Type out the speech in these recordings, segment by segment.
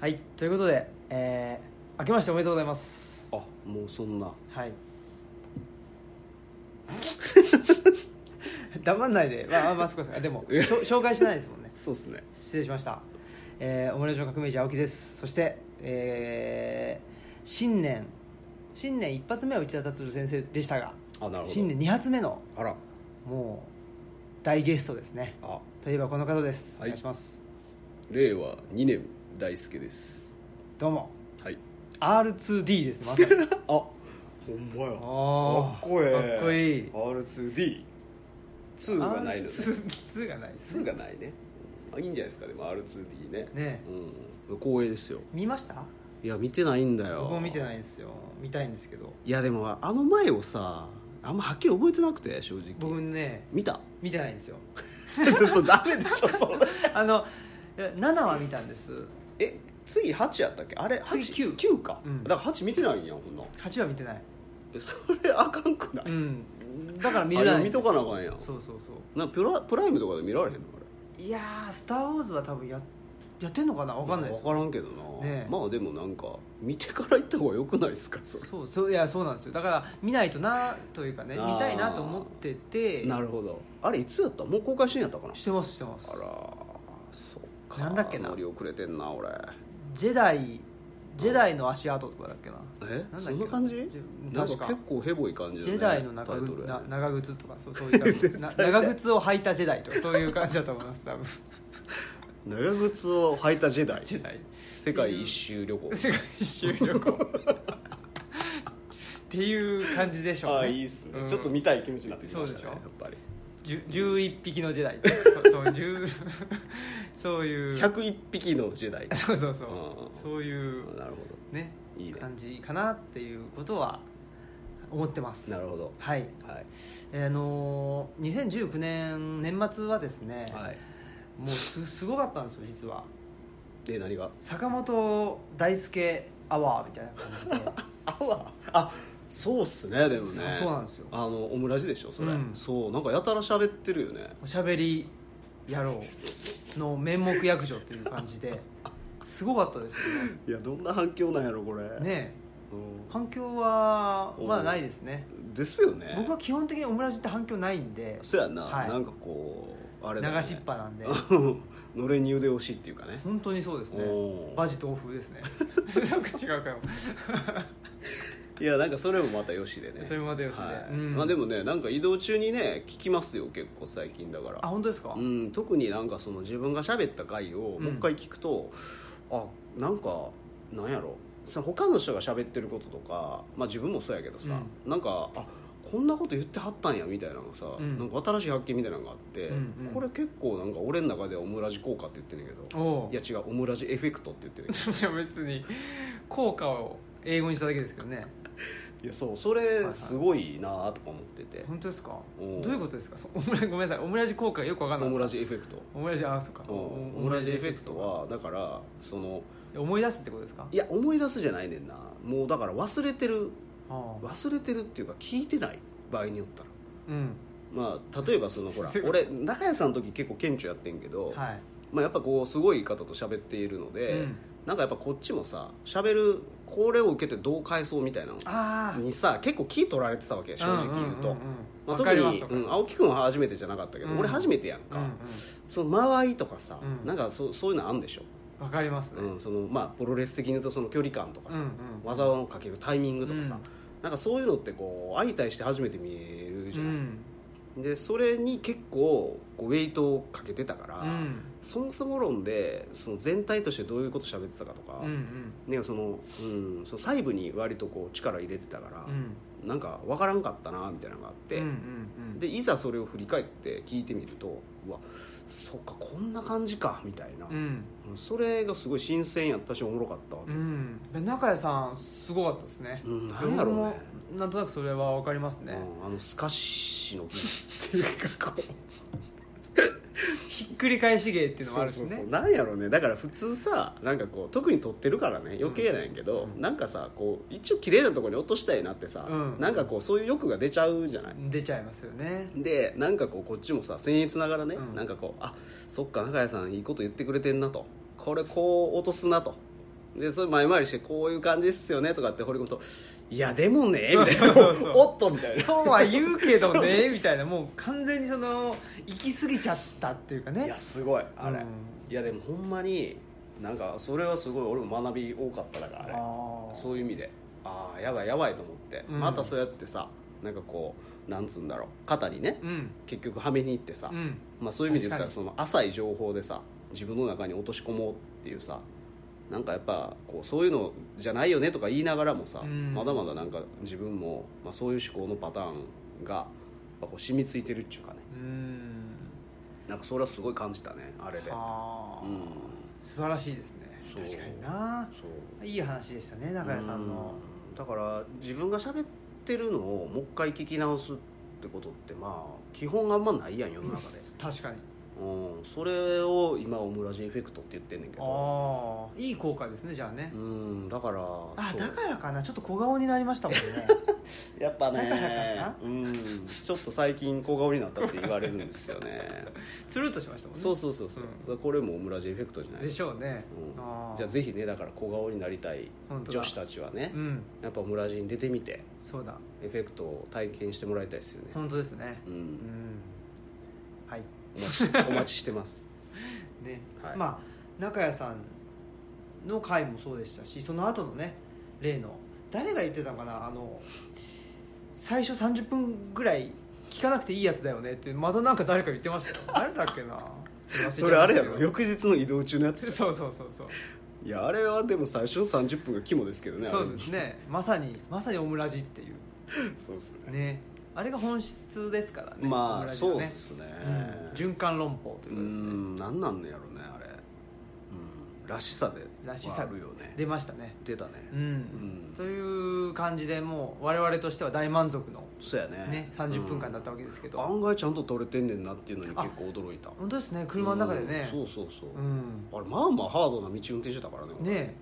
はいということで、えー、明けましておめでとうございますあもうそんなはい 黙んないでまあまあまあそうかそうかでもし ょ紹介しないですもんねそうっすね失礼しました、えー、オムレーション革命児青木ですそして、えー、新年新年一発目は内田達郎先生でしたがあなるほど新年二発目のあらもう大ゲストですねあといえばこの方です、はいお願いします令和2年大輔ですどうもはい R2D ですね まさにあほんまやかっあーこええかっこいい R2D2 がないの ね R2 がないです2ねがないねあいいんじゃないですかでも R2D ねねうん光栄ですよ見ましたいや見てないんだよ僕も見てないいですよ見たいんですけどいやでもあの前をさあんまはっきり覚えてなくて正直僕ね見た見てないんですよ そうダメでしょそれあのいや7は見たんですえ次8やったっけあれ次八9 9か、うんだから8見てないんやほんな8は見てないえそれあかんくない、うんだから見れないんですよあれ見とかなあかんやんそうそうそなプラプライムとかで見られへんのあれういやー「スター・ウォーズ」は多分ややってんのかなわかんないです分からんけどな、ねえまあでもなんか見てから行った方がよくないですかそれそうそういやそうなんですよだから見ないとなというかね見あーたいなと思っててなるほどあれいつやったもう公開してんやったかなしてますしてますあらそっかなんだっけな乗り遅れてんな俺ジェダイジェダイの足跡とかだっけなえなんだっけそんな感じジェなんか確か結構ヘボい感じジの、ね、ェダイの中タイトルなやね長靴とかそうそうい ったな長靴を履いたジェダイとかそういう感じだと思います多分長靴を履いたジェダイジェダイ世界一周旅行世界一周旅行っていう感じでしょう、ね、ああいいっすね、うんちょっと見たい気持ちになってきましたそうでねしょやっぱりじゅ11匹のジ ェダイとかそうそう10 そういう101匹のジェダイそうそうそううんそういうなるほねいいね感じかなっていうことは思ってますどなるほどはいはい、えーあのー2019年年末はですね、はい、もうすすごかったんですよ実はで何が坂本大輔アワーみたいな感じであわあそうっすねでもねそうそうなんですよあのオムラジでしょそれ、うんそうなんかやたら喋ってるよねおしゃべり野郎の面目役所という感じですごかったですよいやどんな反響なんやろこれねねえう反響はまだないですねんですよね僕は基本的にオムラジって反響ないんでそうやんな、はいなんかこうあれだ、ね、流しっぱなんで のれんに腕押しっていうかね本当にそうですねおーバジ豆腐ですねなんか違うかもいやなんかそれもまたよしでねそれもまたよしではいうんまあ、でもねなんか移動中にね聞きますよ結構最近だからあ本当ですか、うん、特になんかその自分が喋った回をうもうん一回聞くと、あなんかなんやろその他の人が喋ってることとか、まあ、自分もそうやけどさ、なんかあこんなこと言ってはったんやみたいなのがさ、うんなんか新しい発見みたいなのがあって、うんうんこれ結構なんか俺の中ではオムラジ効果って言ってんねんけど、おういや違うオムラジエフェクトって言ってんねんけ いや別に効果を英語にしただけですけどねどいやそうそれすごいなとか思ってて、本当ですかおうどういうことですか そオムラごめんなさいオムラジ効果がよくわかんないオムラジエフェクトオムラジあそうかうんオムラジエフェクトはだからその思い出すってことですかいや思い出すじゃないねんなもうだから忘れてるああ忘れてるっていうか聞いてない場合によったらうんまあ例えば そのほらそういうこと俺中谷さんの時結構顕著やってんけど、はいまあ、やっぱこうすごい方と喋っているので、うんなんかやっぱこっちもさ喋るこれを受けてどう返そうみたいなのあにさ結構気取られてたわけ正直言うと、んんんんまあ、わ特かりますに、わかりうんます青木君は初めてじゃなかったけど、うん俺初めてやんうか、んうんその間合いとかさ、うんなんかそそういうのあんでしょ、わかりますねうんそのまあ、プロレス的に言うとその距離感とかさ、うんうん技をかけるタイミングとかさ、うんなんかそういうのってこう相対して初めて見えるじうゃない、んでそれに結構こうウェイトをかけてたから、うんそもそも論でその全体としてどういうこと喋ってたかとか、うんうんねそのうん、その細部に割とこう力入れてたからう、んなんか分からんかったなみたいなのがあって、うんうんでいざそれを振り返って聞いてみるとうわそっかこんな感じかみたいな、うんそれがすごい新鮮やったしおもろかったわけ、うんで中谷さんすごかったですねうんなんやろうね僕もなんとなくそれはわかりますねうんあのスカッシュの技術っていうかこう。ひっくり返し芸っていうのもあるしそうそうそねうなんやろうねだから普通さなんかこう特に撮ってるからね余計なんやけど、うんなんかさこう一応綺麗なところに落としたいなってさ、うんなんかこうそういう欲が出ちゃうじゃない、出ちゃいますよねでなんかこうこっちもさ僭越ながらね、うんなんかこうあそっか中谷さんいいこと言ってくれてんなとこれこう落とすなとでそれ前回りしてこういう感じっすよねとかって堀君と「いやでもね」みたいそうなそうそう「 おっと」みたい なそうは言うけどそうそうそねうみたいなもう完全にその行き過ぎちゃったっていうかいねやすごいあれ、うんいやでもほんまになんかそれはすごい俺も学び多かっただからあれあーそういう意味でああやばいやばいと思って、うんまたそうやってさなんかこうなんつうんだろう肩にね、うん結局はめに行ってさ、うんまあ、そういう意味で言ったら確かその浅い情報でさ自分の中に落とし込もうっていうさなんかやっぱこうそういうのじゃないよねとか言いながらもさ、うんまだまだなんか自分も、まあ、そういう思考のパターンがやっぱこう染みついてるっちゅうかねうんなんかそれはすごい感じたねあれであーうん素晴らしいですねそう確かになそういい話でしたね中谷さんのうんだから自分が喋ってるのをもう一回聞き直すってことってまあ基本あんまないやん世の 中で、確かにうん、それを今オムラジエフェクトって言ってんねんけどああいい効果ですねじゃあねうんだからあそうだからかなちょっと小顔になりましたもん ねやっぱだからねかなうんちょっと最近小顔になったって言われるんですよ ねつるっとしましたもんねそうそうそうそううん、それこれもオムラジエフェクトじゃないでしょうね、うんあーじゃあぜひねだから小顔になりたい本当だ女子たちはねうんやっぱオムラジに出てみてそうだエフェクトを体験してもらいたいですよね本当ですねううんんはいお待ちお待ちしてますね、はいまあ中谷さんの回もそうでしたしその後のね例の誰が言ってたのかなあの最初30分ぐらい聞かなくていいやつだよねってまたなんか誰か言ってま したよ誰だっけな それあれやろよ翌日の移動中のやつそうそうそうそういやあれはでも最初の30分が肝ですけどねあれそうですねまさにまさにオムラジっていそうですねうねあれが本質ですからねオまムあラジはそうねですねうん循環論法といううことですねん何なんねやろねあれうんらしさでらしさはあるよね出ましたね出たねうん、うんという感じでもう我々としては大満足の、そうやねね、30分間だったわけですけけど、案外ちゃんと撮れてんねんなっていうのに結構驚いた本当ですね車の中でねうんそうそうそううんあれまあまあハードな道運転してたからね俺ね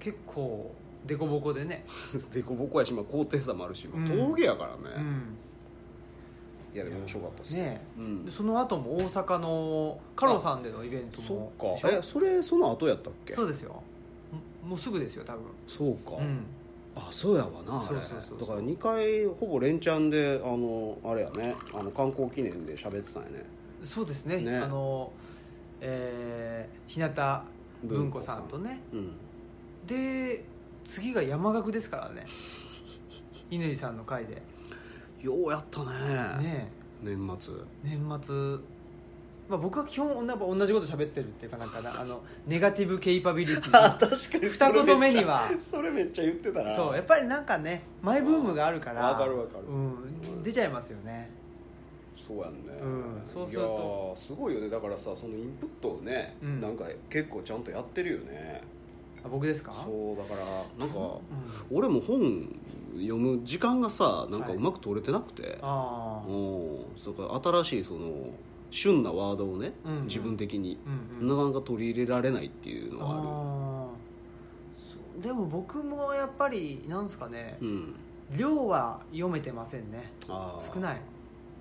結構凸凹でね、でこぼこやし、まあ、高低差もあるし、まあうん峠やからうね、ん、いやでも面白かったっすねうんでその後も大阪のカロさんでのイベントそもっかえそれその後やったっけそううですよももうすぐですよ多分そうか、うんあそうやわなあれそうそうそうそうだから2回ほぼ連チャンであのあれやねあの観光記念で喋ってたんやねそうですねねあのえー、日向文庫さんとねうんで次が山岳ですからね乾さんの回でようやったねね年 末年末、まあ、僕は基本やっぱ同じこと喋ってるっていうかなんかなあのネガティブケイパビリテ ィ確かに二言目には それめっちゃ言ってたなそうやっぱりなんかねマイブームがあるからわかるわかるうん、出ちゃいますよねそうやんね、うんそうするといやーすごいよねだからさそのインプットをね、うんなんか結構ちゃんとやってるよねあ僕ですかそうだからなんかうん俺も本読む時間がさなんかはいうまく取れてなくて、ああうんそうか新しいその旬なワードをね、うんうん自分的にう、んうんなかなか取り入れられないっていうのはああーそうでも僕もやっぱりなんですかねる、うん、量は読めてませんねあー少ない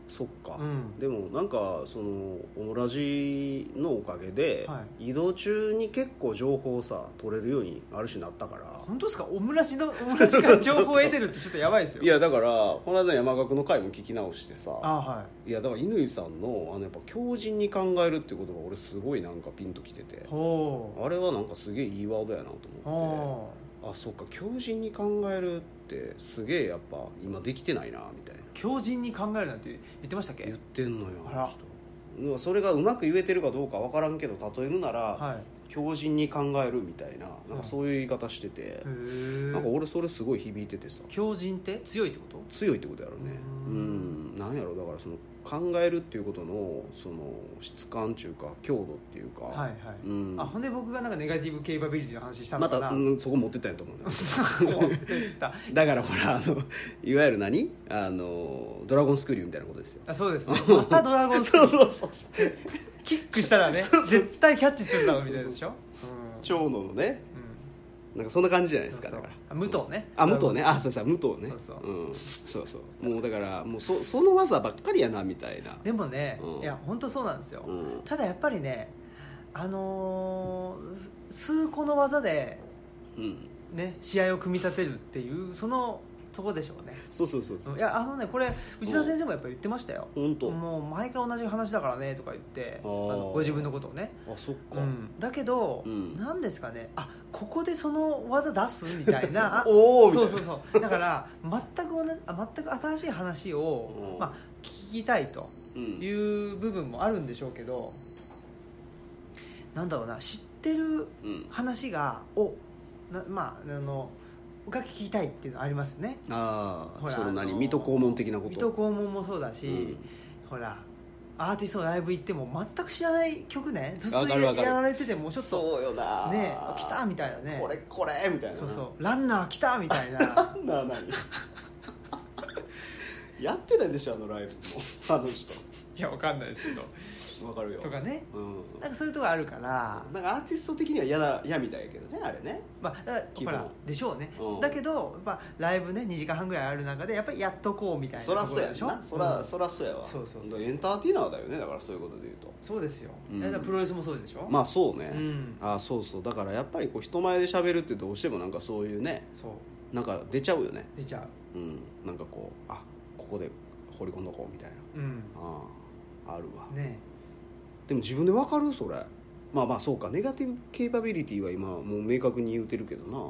そっか、うんでもなんかそのオムラジのおかげで、は移動中に結構情報をさ取れるようにあるしなったから本当ですかオムラジのオムラジから情報を得てるってちょっとやばいですよいやだからこの間の山岳の回も聞き直してあさあはいやだから乾さんのあのやっぱ強靭に考えるって言葉俺すごいなんかピンときてていほうあれはなんかすげえいいワードやなと思ってほうあそっか強靭に考えるってすげえやっぱ今できてないなみたいな強靭に考えるなんて言ってましたっけ言ってんのよあらあの人それがうまく言えてるかどうか分からんけど例えるなら、はいへ強靭に考えるみたいななんうんかそういう言い方してて、なんかえ俺それすごい響いててさ強靭って強いってこと強いってことやろねううんんなんやろだからその考えるっていうことのその質感っていうか強度っていうか、はいはい、うん、あほんで僕がなんかネガティブケイパビリティの話したのまかな、た、うん、そこ持ってったんやと思うね もう出ただからほらあのいわゆる何あのドラゴンスクリューみたいなことですよあそうですねまたドラゴンズ そうそうそうそうキックしたらねそうそう絶対キャッチするだろうみたいなでしょうん長野のねうんなんかそんな感じじゃないですかそうそうだからあ武藤ねあ武藤ねあそうそう武藤ねそうそううん、そうそうもうだからもうそその技ばっかりやなみたいなでもね、うんいや本当そうなんですよ、うんただやっぱりねあのー数個の技で、うん、ね、試合を組み立てるっていうそのとこでしょうねそうそうそうそううんいやあのねこれ内田先生もやっぱ言ってましたよ本当もう毎回同じ話だからねとか言ってああーのご自分のことをね、あそっうか、ん、だけど、うんなんですかねあここでその技出すみたいなあ おおみたいそうなそうそうだから全く同じあ全く新しい話をう、んまあ、聞きたいとうんいう部分もあるんでしょうけどなんだろうな知ってるうん話がをなまああのが聞きたいっていうのありますねあほあらそのあ何の水戸黄門的なこと水戸黄門もそうだし、うんほらアーティストのライブ行っても全く知らない曲ねずっとわかやるわかるやられててもうちょっとそうよなね来たみたいなねこれこれみたいなそうそうランナー来たみたいな うなあ何やってないでしょあのライブもあの人いやわかんないですけどわかるよとかねうんなんかそういうとこあるからそうなんかアーティスト的には嫌だ嫌みたいやけどねあれねまあ、だから基ほ本らでしょうね、うんだけど、まあ、ライブね2時間半ぐらいある中でやっぱりやっとこうみたいなそらとそこうろやでしょなそら、うんそらそうやわそうそうそうエンターテイナーだよねだからそういうことで言うとそうですよ、うんだからプロレスもそうでしょ、まあそうね、うんあそうそうだからやっぱりこう人前で喋るってどうしてもなんかそういうねそうなんか出ちゃうよね出ちゃうんなんかこうあここで掘り込んどこうみたいなううんあああるわ、ねでも自分でわかるそれまあまあそうかネガティブケイパビリティは今もう明確に言うてるけどな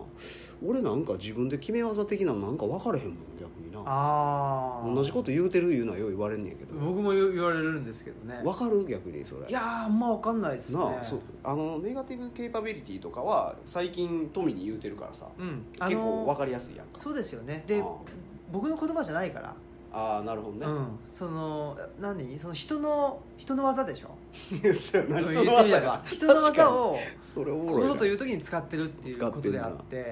俺なんか自分で決め技的なのなんか分からへんもん逆になああ同じこと言うてる言うのはよう言われんねんけど、僕も言言われるんですけどね分かる逆にそれいやーあんま分かんないですねなあそうあのネガティブケイパビリティとかは最近富に言うてるからさ、うん、結構分かかりやすいやんかそうですよねでああ僕の言葉じゃないから、ああなるほどね、うんその何その人の人の技でしょ そうやうなん言人のってみ技れやばな人の技確かをにそれおもころいこぞというう時に使ってるっていうことであってやっ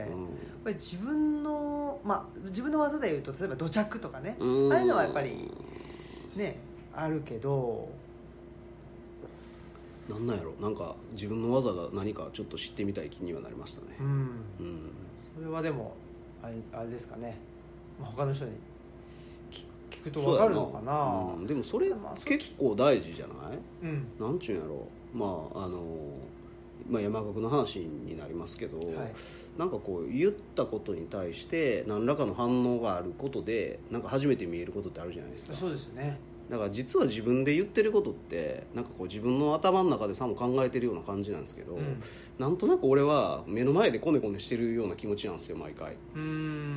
ぱり自分のまあ自分の技でいうと例えば土着とかねうん、ああいうのはやっぱりねあるけどなんなんやろなんか自分の技が何かちょっと知ってみたい気にはなりましたねうんうんそれはでもあれあれですかね、まあ、他の人に聞く聞くとそう分やかるのかなうんでもそれまあそれ結構大事じゃないうんなんちゅうんやろまああのまあ、山岳の話になりますけど、はいなんかこう言ったことに対して何らかの反応があることでなんか初めて見えることってあるじゃないですかそうですよねだから実は自分で言ってることってなんかこう自分の頭の中でさも考えてるような感じなんですけど、うんなんとなく俺は目の前でコネコネしてるような気持ちなんですよ毎回、ううん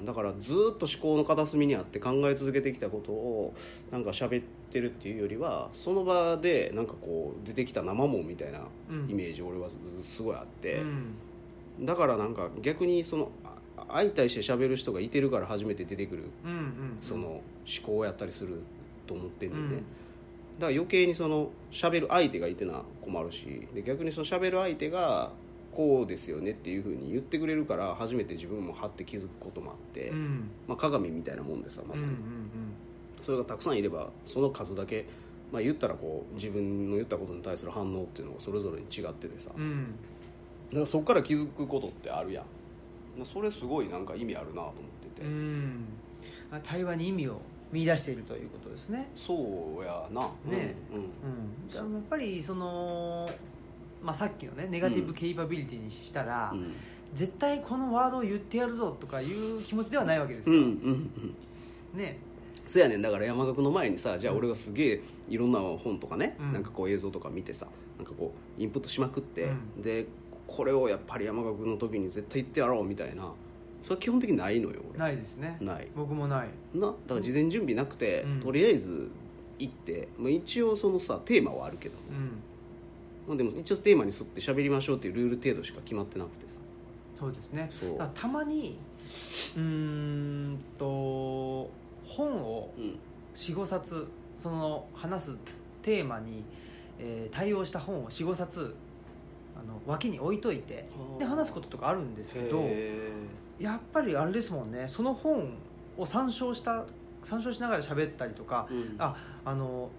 んだからずっと思考の片隅にあって考え続けてきたことをなんか喋ってるっていうよりはその場でなんかこう出てきた生もんみたいなうんイメージ俺はすすごいあって、うんだからなんか逆にそのあ相対して喋る人がいてるから初めて出てくるうんうんその思考やったりすると思ってんねんね、うんだから余計にその喋る相手がいてな困るしで逆にその喋る相手がこうですよねっていうふうに言ってくれるから初めて自分も張って気づくこともあって、うんまあ、鏡みたいなもんでさまうんうさんに、それがたくさんいればその数だけ、まあ、言ったらこう自分の言ったことに対する反応っていうのがそれぞれに違っててさうんうんだからそこから気づくことってあるやんまあそれすごいなんか意味あるなと思ってて、うんあ対話に意味を見出しているということですねそうやなねうんううんんそやっぱりそのまあさっきのねネガティブケイパビリティにしたら、うん絶対このワードを言ってやるぞとかいう気持ちではないわけですうんよ、うんねそやねんだから山岳の前にさじゃあ俺がすげえいろんな本とかね、うんなんかこう映像とか見てさなんかこうインプットしまくって、うんでこれをやっぱり山岳の時に絶対言ってやろうみたいなそれは基本的にないのよ俺ないですねない僕もないなだから事前準備なくて、うんとりあえず行って、まあ、一応そのさテーマはあるけど、うんまあ、でも一応テーマに沿って喋りましょうっていうルール程度しか決まってなくてさそうですねそうだからたまにうーんと本をうん45冊その話すテーマに、えー対応した本を45冊あの脇に置いといてで話すこととかあるんですけどやっぱりあれですもんねその本を参照した参照しながら喋ったりとかうんああの、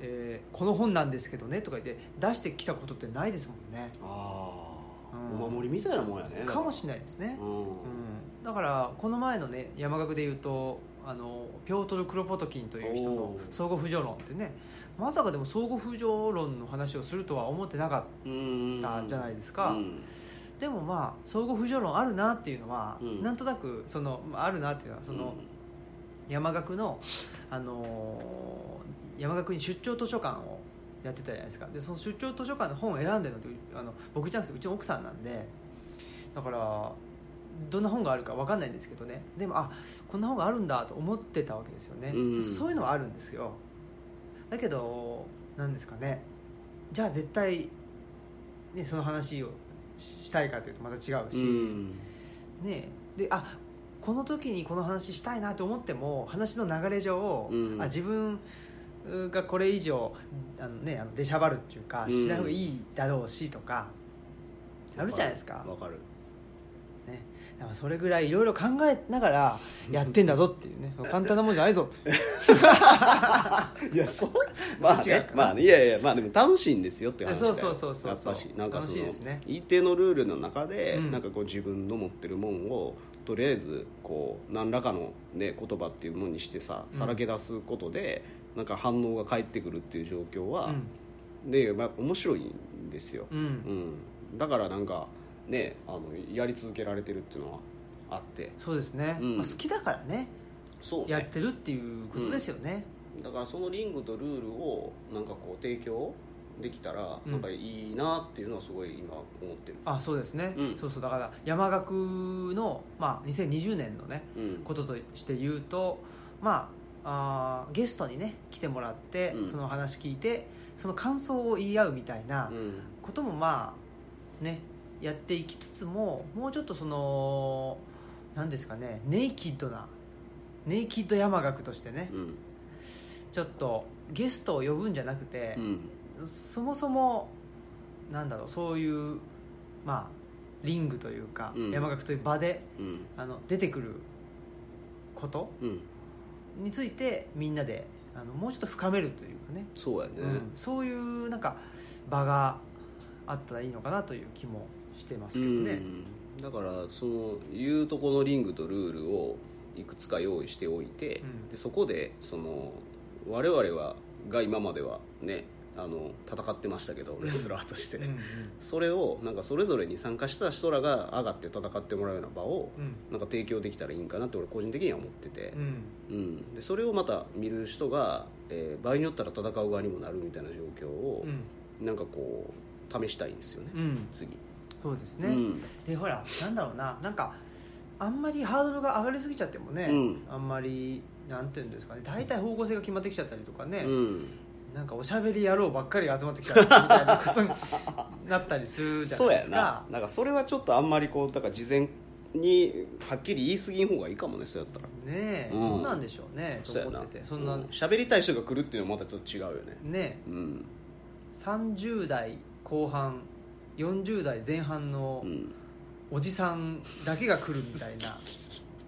えーこの本なんですけどね」とか言って出してきたことってないですもんねああ、うんお守りみたいなもんやねかもししれないですねれ、ない、うんうん、だからこの前のね山岳で言うとあのピョートル・クロポトキンという人のおー相互浮上論ってねまさかでも相互浮上論の話をするとは思ってなかっうんたじゃないですか、うんでもまあ相互浮上論あるなっていうのは、うんなんとなくそのまああるなっていうのはその、山岳の、あのー山岳に出張図書館をやってたじゃないですかでその出張図書館の本を選んでるのってあの僕じゃなくてうちの奥さんなんでだからどんな本があるか分かんないんですけどねでもあこんな本があるんだと思ってたわけですよね、うんそういうのはあるんですよだけどなんですかねじゃあ絶対、ね、その話をしたいかというとまた違うし、うんねえであこの時にこの話したいなと思っても話の流れ上、うんあ自分がこれ以上あの、ね、あの出しゃばるっていうかうんしない方がいいだろうしとか、あるじゃないですかわかるだからそれぐらいいろいろ考えながらやってんだぞって いうね簡単なもんじゃないぞっていやそう まあ違うねかなまあねいやいやまあでも楽しいんですよって話だよそうそうそうそうそうやっぱしなんかそ楽しいのですね一定のルールの中で、うんなんかこう自分の持ってるもんをとりあえずこう何らかのね言葉っていうものにしてさうんさらけ出すことで、なんか反応が返ってくるっていう状況うは、んで、まあ、面白いんですよ、ううんんだからなんかねあのやり続けられてるっていうのはあってそうですね、うんまあ、好きだからねそうやってるっていうことですよね、だからそのリングとルールをなんかこう提供できたらうんなんかいいなっていうのはすごい今思ってる、あそうですね、うんそうそうだから山岳の、まあ、2020年のねうんこととして言うとまああーゲストにね来てもらって、うんその話聞いてその感想を言い合うみたいなうんこともまあねやっていきつつももうちょっとその何ですかねネイキッドなネイキッド山岳としてねうんちょっとゲストを呼ぶんじゃなくてう、んそもそもなんだろうそういうまあリングというか、うん山岳という場でうんあの出てくることうんについてみんなであのもうちょっと深めるというかね、そうやね、うんそういうなんか場があったらいいのかなという気もしてますけどね、うんだからその言うとこのリングとルールをいくつか用意しておいて、うんでそこでその我々はが今まではねあの戦ってましたけどレスラーとして、うんそれをなんかそれぞれに参加した人らが上がって戦ってもらうような場をうんなんか提供できたらいいんかなって俺個人的には思っててう、んうんでそれをまた見る人が、えー場合によったら戦う側にもなるみたいな状況をう、んなんかこう試したいんですよね、うん次そうですね、うんでほらなんだろうななんかあんまりハードルが上がりすぎちゃってもね、うんあんまりなんていうんですかね大体方向性が決まってきちゃったりとかね、うんなんかおしゃべり野郎ばっかりが集まってきちゃったみたいなことになったりするじゃそうないで やすなかなんかそれはちょっとあんまりこうだから事前にはっきり言い過ぎん方がいいかもねそうやったらねえ、うんどうなんでしょうねそうとや思なっててそんな、う喋りたい人が来るっていうのはまたちょっと違うよねねうん30代後半40代前半の うんおじさんだけが来るみたいな、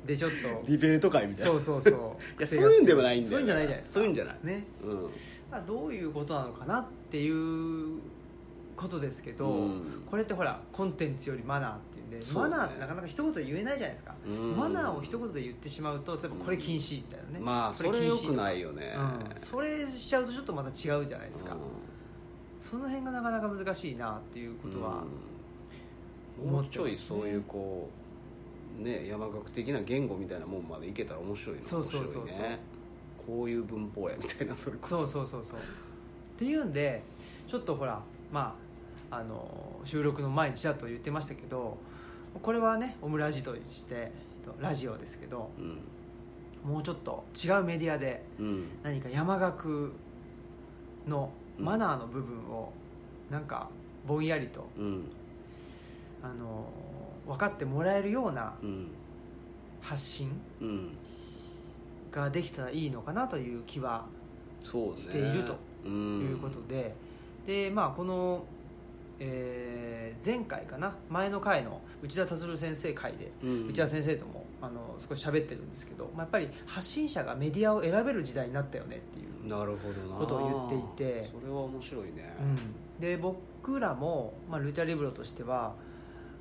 でちょっ ディベート会みとたいなそうそうそういや癖がそういうんでもないんだよそういうんじゃないじゃないですかそういうんじゃないねうんまあどういうことなのかなっていうことですけど、うんこれってほらコンテンツよりマナーっていうんで、そうマねナーってなかなか一言で言えないじゃないですか、うんマナーを一言で言ってしまうと例えばこれ禁止みたいなね、まあこそれ禁良止とくかないよね、うん、それしちゃうとちょっとまた違うじゃないですか、その辺がなかなか難しいなっていうことは、うんもうちょいそういうこうね山岳的な言語みたいなもんまでいけたら面白いなそうそうそうそう面白いねこういう文法やみたいなそれこそそうそうそうそうっていうんでちょっとほらまああの収録の前にちらっと言ってましたけどこれはねオムラジとしてえっとラジオですけどうんもうちょっと違うメディアでうん何か山岳のマナーの部分をなんかぼんやりとうんあの分かってもらえるようなうん発信うんができたらいいのかなという気はそうねしているとということで、でまあこの、えー前回かな前の回の内田達郎先生会で内田先生ともあの少し喋ってるんですけど、まあ、やっぱり発信者がメディアを選べる時代になったよねっていう、なるほどなことを言っていてそれは面白いねで僕らも、まあ、ルチャリブロとしては、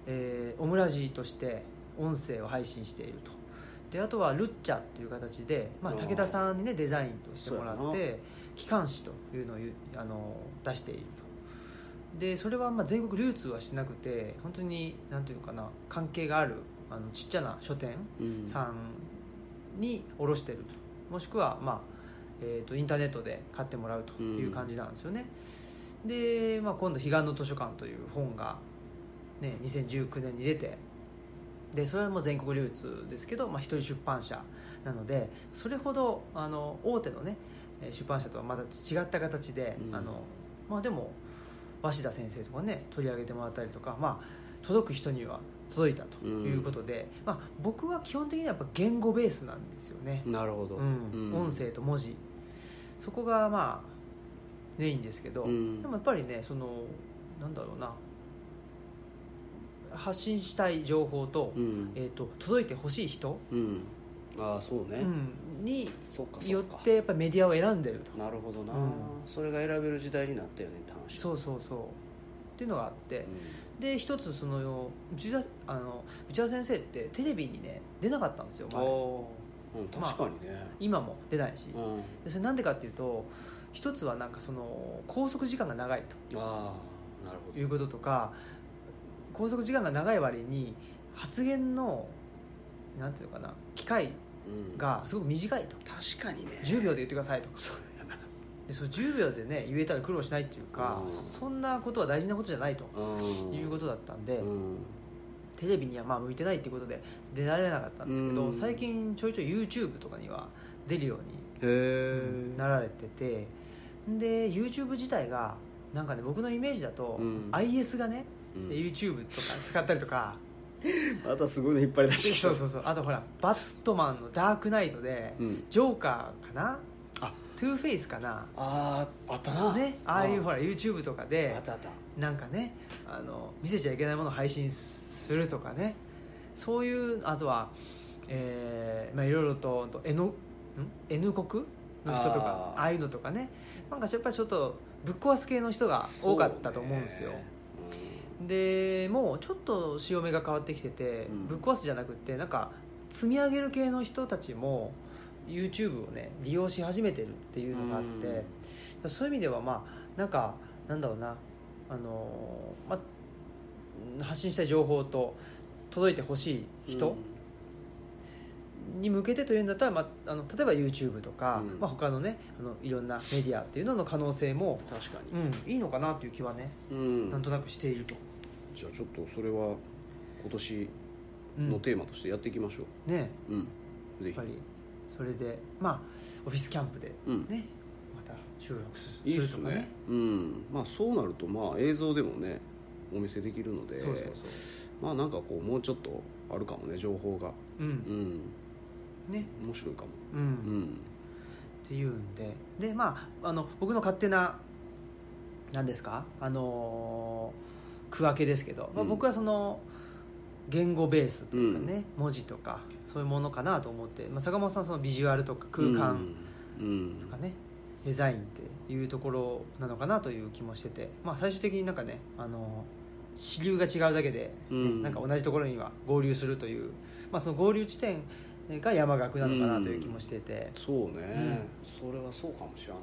えーオムラジとして音声を配信しているとであとはルッチャっていう形で、まあ、あー武田さんにねデザインとしてもらそっうやて機関誌というのをゆあの出しているとでそれはまあ全国流通はしなくて本当になんていうかな関係があるあのちっちゃな書店うんさんに卸してるともしくは、まあえー、とインターネットで買ってもらうという感じなんですよね、で、まあ、今度「彼岸の図書館」という本が、ね、2019年に出てでそれはもう全国流通ですけど、まあ、一人出版社なのでそれほどあの大手のねえー出版社とはまた違った形で、うんあのまあ、でも鷲田先生とかね取り上げてもらったりとか、まあ、届く人には届いたということで、まあ、僕は基本的にはやっぱ言語ベースなんですよね、なるほど、うんうん音声と文字そこがまあメインですけど、うんでもやっぱりねそのなんだろうな発信したい情報と,、うんえー、と届いてほしい人、うんああそうね、うんにそっかそっかよってやっぱメディアを選んでるとなるほどな、うんそれが選べる時代になったよねって話、そううそうそうっていうのがあってん、で一つその内田あの内田先生ってテレビにね出なかったんですよあ前あ、うん、確かにね、今も出ないしうんでそれなんでかっていうと一つはなんかその拘束時間が長いああなるほとどいうこととか拘束時間が長い割に発言のなんていうのかな機会うんがすごく短いと確かにね10秒で言ってくださいとかそうやなでその10秒でね言えたら苦労しないっていうかうんそんなことは大事なことじゃないとうんいうことだったんで、うんテレビにはまあ向いてないってことで出られなかったんですけど、うん最近ちょいちょい YouTube とかには出るようへえになられててで YouTube 自体がなんかね僕のイメージだと、うん IS がね、うん YouTube とか使ったりと かまたすごいの引っ張り出してきたそうそうそうあとほら「バットマン」の「ダークナイト」で、うんジョーカーかなあトゥーフェイスかなあああったなね、ああいうほらら YouTube とかであったあったなんかねあの見せちゃいけないものを配信するとかねそういうあとは、えーまあ、いろいろとえのん N 国の人とかあああーいうのとかねなんかやっぱりちょっとぶっ壊す系の人が多かったと思うんですよ、そうねでもうちょっと潮目が変わってきてて、うんぶっ壊すじゃなくてなんか積み上げる系の人たちも YouTube をね利用し始めてるっていうのがあって、そういう意味ではまあなんかなんだろうなあのーまあ、発信したい情報と届いてほしい人に向けてというんだったら、まあ、あの例えば YouTube とか、うんまあ、他のねあのいろんなメディアっていうのの可能性も、うん確かにうん、いいのかなという気はね、うんなんとなくしていると、じゃあちょっとそれは今年うんのねテーマとしてやっていきましょううんぜやっひぱりそれでまあオフィスキャンプでうんねまた収録すいいっるすとかねねうんまあそうなるとまあ映像でもねお見せできるのでそうそうそう、まあなんかこうもうちょっとあるかもね情報がううんんね面白いかもうんうんっていうんででまああの僕の勝手な何ですかあのー区分けですけど、まあ、うん僕はその言語ベースというかね、文字とかそういうものかなと思って、まあ、坂本さんはそのビジュアルとか空間うんうんとかね、デザインっていうところなのかなという気もしてて、まあ、最終的になんかね、あのー支流が違うだけで、ねうんなんか同じところには合流するという、まあ、その合流地点が山岳なのかなという気もしてて。そうね、んそれはそうかもしらんな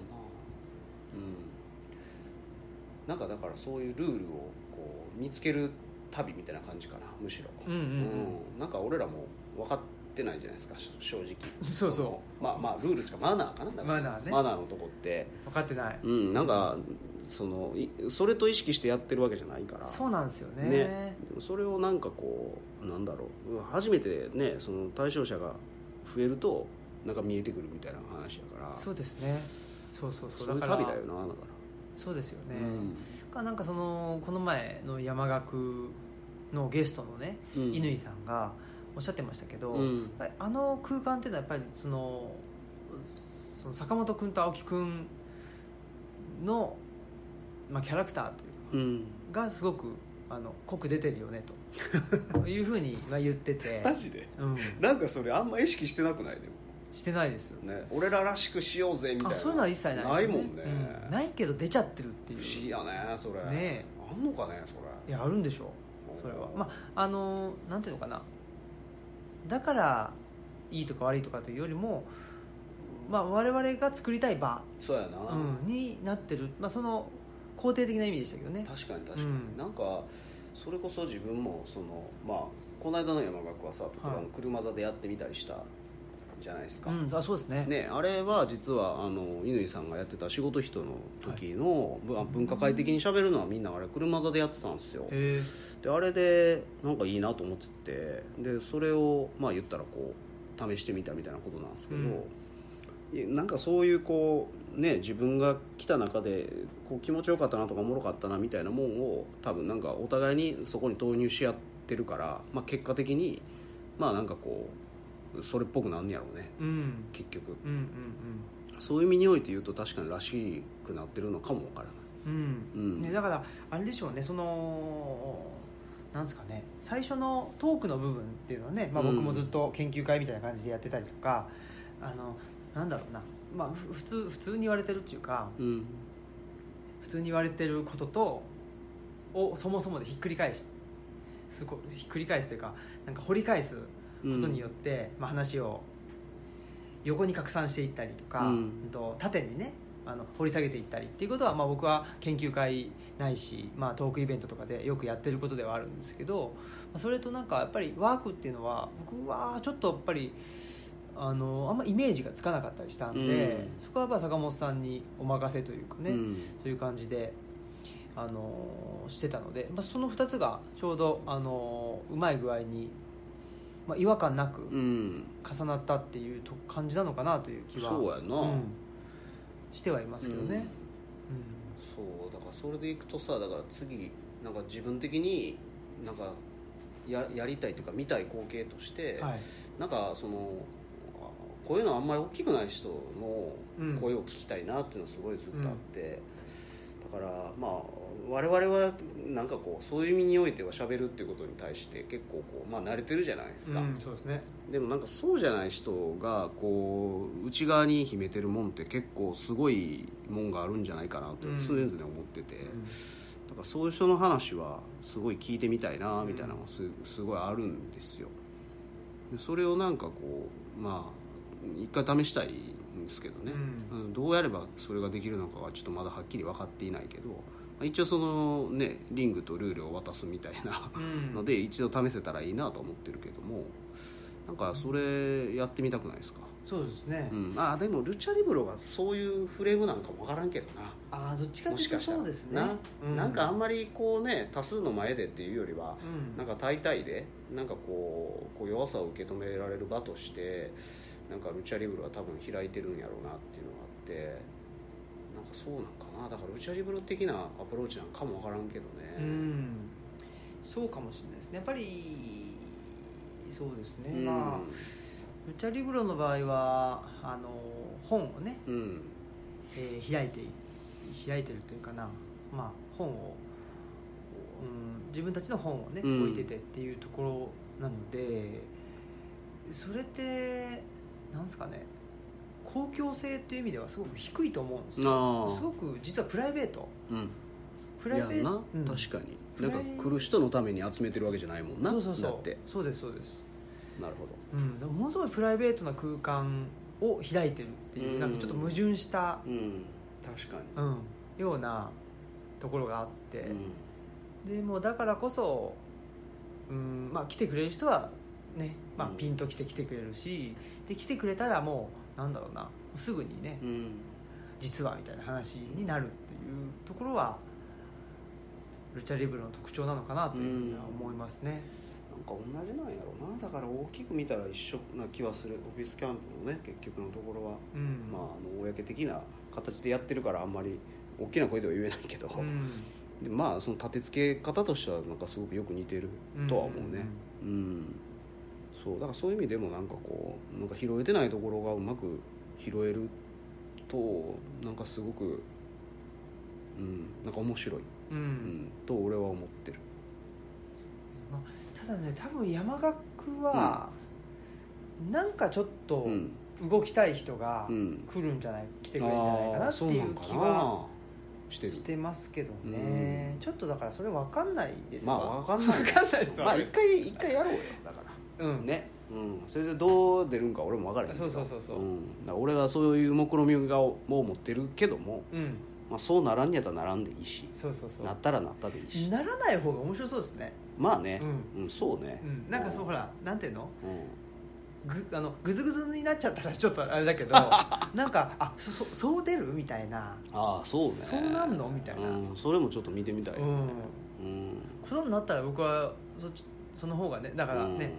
うんなんかだからそういうルールをこう見つける旅みたいな感じかなむしろうんうんうんなんか俺らも分かってないじゃないですかし正直そうそうのまあまあルールとかマナーかなだからマナーねマナーのとこって分かってないうんなんかそのいそれと意識してやってるわけじゃないからそうなんですよねねでもそれをなんかこうなんだろう初めてねその対象者が増えるとなんか見えてくるみたいな話やからそうですねそうそうそうそういうから旅だよなだかそうですよねら、、かなんかそのこの前の山岳のゲストのねうん乾、さんがおっしゃってましたけど、うやっんぱりあの空間っていうのはやっぱりそのその坂本君と青木君の、まあ、キャラクターというかうん、がすごくあの濃く出てるよね というふうには言ってて、ジでうん、なんかそれあんま意識してなくないでしてないですよもね俺ららしくしようぜみたあいなそういうのは一切ないですもよんね、うんないけど出ちゃってるっていう不思議やねそれねえあんのかねそいれやあるんでしょうそれはまああのなんていうのかなだからいいとか悪いとかというよりも、まあ、我々が作りたい場、そうやな、うん、になってる、まあ、その肯定的な意味でしたけどね確かに確かに、うんなんかそれこそ自分もそのまあこの間の山岳はさ例えばあのはい車座でやってみたりしたじゃないですか、うん、あそうですねね、あれは実はあの乾さんがやってた仕事人の時の、ぶ文化会的に喋るのはみんなあれ車座でやってたんですよへえであれでなんかいいなと思っててでそれをまあ言ったらこう試してみたみたいなことなんですけど、いやなんかそういうこうね自分が来た中でこう気持ちよかったなとかおもろかったなみたいなもんを多分なんかお互いにそこに投入し合ってるから、まあ、結果的にまあなんかこうそれっぽくなんねやろうねうん結局うんそういう意味において言うと確かにらしくなってるのかもわからないうんうんううんんね、だからあれでしょうねそのなんですかね最初のトークの部分っていうのはね、まあ、うん僕もずっと研究会みたいな感じでやってたりとか、あのなんだろうな、まあ、ふ普通普通に言われてるっていうかうん普通に言われてることとをそもそもでひっくり返しすごひっくり返すというかなんか掘り返すことによって、まあ、話を横に拡散していったりとか、うんうんと縦にねあの掘り下げていったりっていうことは、まあ、僕は研究会ないし、まあ、トークイベントとかでよくやってることではあるんですけど、まあ、それとなんかやっぱりワークっていうのは僕はちょっとやっぱりあのあんまイメージがつかなかったりしたんで、うんそこはやっぱ坂本さんにお任せというかね、うんそういう感じで、あのーしてたので、まあ、その2つがちょうど、あのーうまい具合に、まあ、違和感なうくん重なったっていうと感じなのかなという気はそうやなうんしてはいますけどね、うんそうだからそれでいくとさだから次なんか自分的になんかややりたいというか見たい光景として、はい、なんかそのあこういうのあんまり大きくない人うんの声を聞きたいなっていうのはすごいずっとあって、だからまあ我々はなんかこうそういう意味においては喋るっていうことに対して結構こう、まあ、慣れてるじゃないですか、うんそうですねでもなんかそうじゃない人がこう内側に秘めてるもんって結構すごいもんがあるんじゃないかなとうん常々思ってて、だからそういう人の話はすごい聞いてみたいなみたいなのがすすごいあるんですよでそれをなんかこうまあ一回試したいんですけどね、うんうんどうやればそれができるのかはちょっとまだはっきり分かっていないけどまあ一応そのねリングとルールを渡すみたいなうんので一度試せたらいいなと思ってるけどもなんかそれやってみたくないですか、そうですね、うん、ああでもルチャリブロがそういうフレームなんかもわからんけどなああどっちかもっていしうとかしたらそうですねな,、ん、なんかあんま、まりこうね多数の前でっていうよりはうん、なんか大体でなんかこうこう弱さを受け止められる場としてなんかルチャリブロは多分開いてるんやろうなっていうのがあってなんかそうなんかなだからルチャリブロ的なアプローチなんかもわからんけどうねんそうかもしれないですねやっぱりそうですね、うんまあルチャリブロの場合はあの本をね、うんえー開いて開いてるというかな、まあ、本を、うん、自分たちの本をね、うん置いててっていうところなのでそれってなんですかね公共性っていう意味ではすごく低いと思うんですあよあすごく実はプライベートうんプライベいーやなト、うん確かにプなラんイか来る人のために集めてるわけじゃないもんなそうそうそだうってそうですそうですなるほどうん、でもものすごいプライベートな空間を開いてるっていう、うんなんかちょっと矛盾した、うん確かうん、ようなところがあって、に、うんでもうだからこそ、うんまあ、来てくれる人はね、まあうん、ピンと来て来てくれるしで来てくれたらもうなんだろうなすぐにねうん実はみたいな話になるっていうところはルチャリブロの特徴なのかなというふうには思いますね。なんか同じなんやろうなだから大きく見たら一緒な気はするオフィスキャンプのね結局のところは、うんまああの公的な形でやってるからあんまり大きな声では言えないけど、うんでまあその立て付け方としてはなんかすごくよく似てるとは思うねうん、そうだからそういう意味でもなんかこうなんか拾えてないところがうまく拾えるとなんかすごくうんなんか面白い、うんううんん、と俺は思ってるまあただね多分山岳は、なんかちょっとうん動きたい人がうん来るんじゃない、来てあくれるんじゃないかなーってそうないんうか気はなしてるしてますけどね、うんちょっとだからそれ分かんないですまあわ分かんない分かんないですわ、まあ一回一回やろうよだからうんねうん、それでどう出るんか俺も分からへんけど、そうそうそうそうんだから俺はそういう目論みがをもう持ってるけども、うんまあ、そうならんやったらならんでいいしそうそうそうなったらなったでいいしならない方が面白そうですね、まあね、ううんそうね、うん、なんかそうほらなんていうのうん、ぐあのグズグズになっちゃったらちょっとあれ だけどなんかあそそそう出るみたいなああそうねそうなんのみたいなうん、それもちょっと見てみたい、うん、うんことになったら僕はそっちその方がねだからね、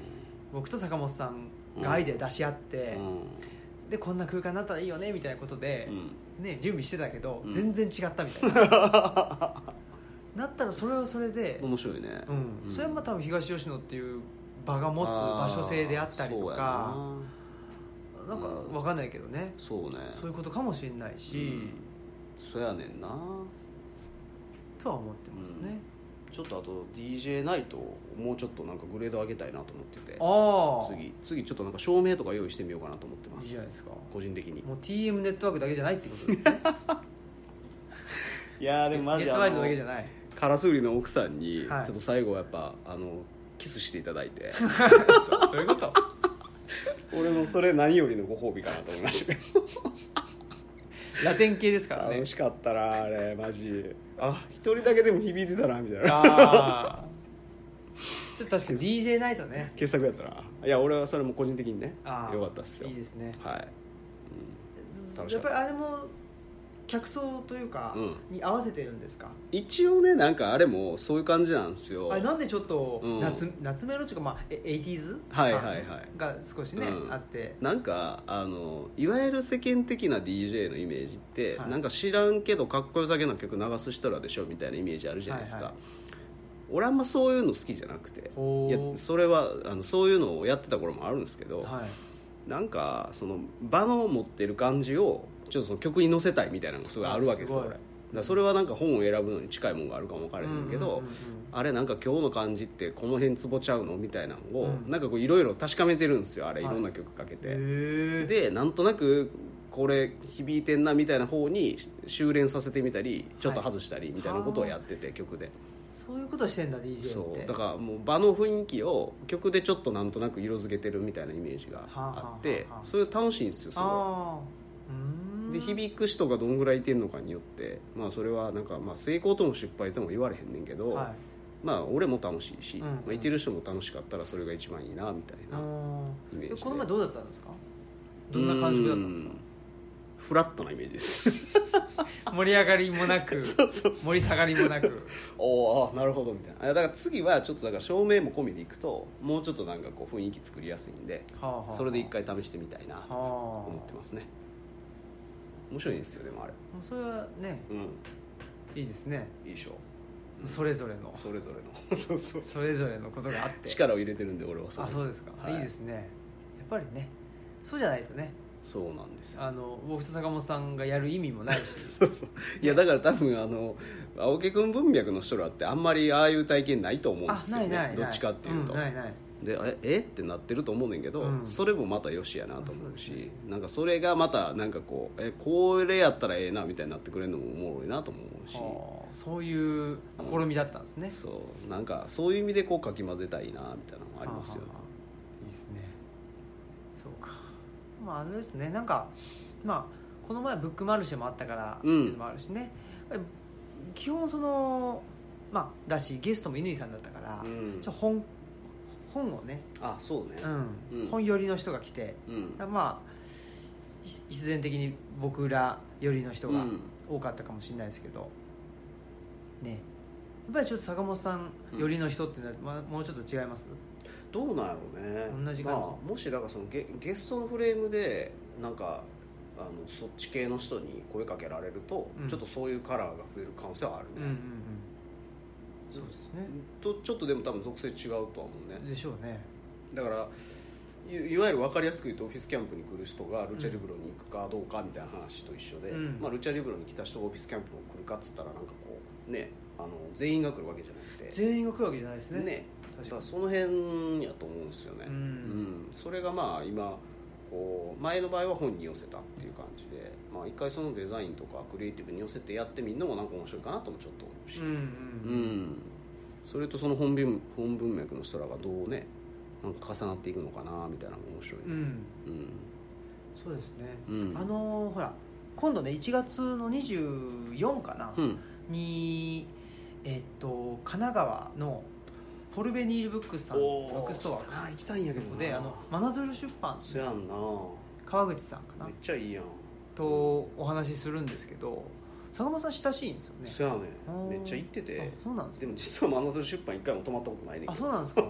僕と坂本さんがアイデア出し合ってう、んでこんな空間になったらいいよねみたいなことでう、んね、準備してたけど、うん全然違ったみたいな なったらそれはそれで、面白いね、うん、それはまあた多分東吉野っていう場が持つ場所性であったりとかなそんうやなかうんわかんないけどね、そうねそういうことかもしれないし、うんそやねんなとは思ってますね、ちょっとあと DJ ナイトをもうちょっとなんかグレード上げたいなと思っててああ次次ちょっとなんか照明とか用意してみようかなと思ってまいいすじゃないですかも個人的にう TM ネットワークだけじゃないってことです ねいやネットワークだけじゃないカラスウリの奥さんにちょはいっと最後やっぱあのキスしていただいて そういうこと俺もそれ何よりのご褒美かなと思い ましたけどラテン系ですからね楽しかったなあれマジあ一人だけでも響いてたなみた いなああちょっと確かに DJ ナイトね傑作やったないや俺はそれも個人的にねあーよかったっすよいいですねはい、楽しやかっっぱたりあれも客層というか、うに合わせてるんですか一応ねなんかあれもそういう感じなんですよあれなんでちょっとうん夏,、夏メロっていうか、まあ、え 80s はいはいはいが少しね、うんあってなんかあのいわゆる世間的な DJ のイメージって、はいなんか知らんけどかっこよさげな曲流す人らでしょみたいなイメージあるじゃないですはか、いはい俺あんまそういうの好きじゃなくておいやーそれはあのそういうのをやってた頃もあるんですけど、はいなんかその場の持ってる感じをちょっとその曲に乗せたいみたいなのがすごいあるわけですよあすごい俺だからそれはなんか本を選ぶのに近いもんがあるかも分からへんけうど、んうんうんうんあれなんか今日の感じってこの辺つぼちゃうのみたいなのを、うんなんかこういろいろ確かめてるんですよあれいはいろんな曲かけて、へえでなんとなくこれ響いてんなみたいな方に修練させてみたりちょっと外したりみたいなことをやってて、曲でそういうことしてんだ DJ っそてうだからもう場の雰囲気を曲でちょっとなんとなく色づけてるみたいなイメージがあって、はあはあはあそれ楽しいんですよすごああうーんいで響く人がどんぐらいいてんのかによって、まあ、それはなんかまあ成功とも失敗とも言われへんねんけど、はまあ俺も楽しいし、うんうんまあ、いてる人も楽しかったらそれが一番いいなみたいいな、イうんメージででこの前どうだったんですかどんな感触だったんですかうフラットなイメージです 盛り上がりもなくそうそう盛り下がりもなくおーあーなるほどみたいなあだから次はちょっとだから照明も込みでいくともうちょっとなんかこう雰囲気作りやすいんではあはあはあそれで一回試してみたいなとかは思ってますね面白いんですよでもあれあそれはねうんいいですねいいでしょそれぞれのそれぞれの そうそうそれぞれのことがあって力を入れてるんで俺はあそうですか、はいい、いですねやっぱりねそうじゃないとねそうなんですよ あの僕と坂本さんがやる意味もないしそうそういやだから多分あの青木君文脈の人らってあんまりああいう体験ないと思うんあですよないねないないどっちかっていうと、んないないでええってなってると思うねんけど、うんそれもまたよしやなと思あうそうでしなんかそれがまたなんかこうえこれやったらええなみたいになってくれるのもおもろいなとも思うし、はあそういう試みだったんですね、そうなんかそういう意味でこうかき混ぜたいなみたいなのもありますよはあはあいいですねそうかまああれですねなんかまあこの前ブックマルシェもあったからってうんいうのもあるしね、やっぱり基本そのまあだしゲストも乾さんだったから、うんちょ本本をね、あそうねうんうん本寄りの人が来てうん、まあひ必然的に僕ら寄りの人がうん多かったかもしれないですけど、ねやっぱりちょっと坂本さん寄りの人ってなる、まあ、もうちょっと違いますどうなんやろうね同じ感じまあ、もしだからそのゲゲストのフレームでなんかあのそっち系の人に声かけられると、うんちょっとそういうカラーが増える可能性はあるうんうんうね、んそうですねとちょっとでも多分属性違うとは思うね、でしょうねだからいいわゆる分かりやすく言うとオフィスキャンプに来る人がルチャリブロに行くかどうかみたいな話と一緒で、うんまあ、ルチャリブロに来た人がオフィスキャンプに来るかっつったらなんかこうねあの全員が来るわけじゃなくて全員が来るわけじゃないですねね確かにだからその辺やと思うんですよね、うんうんそれがまあ今こう前の場合は本に寄せたっていう感じで、まあ、一回そのデザインとかクリエイティブに寄せてやってみんなもなんか面白いかなともちょっと思うし、うんうんうん、それとその本文本文脈の人らがどうねなんか重なっていくのかなみたいなのが面白いねうんうんそうですね、うんあのーほら今度ね1月の24かな、うんにえっと神奈川のポルベニールブックスさんブおックストーな行きたいんやけどアなであの真鶴出版そやんな川口さんかなめっちゃいいやん、とお話しするんですけど坂本さん親しいんですよねそやねあーめっちゃ行っててあそうなんですでねも実は真鶴出版一回も泊まったことないねんあけどそうなん ですか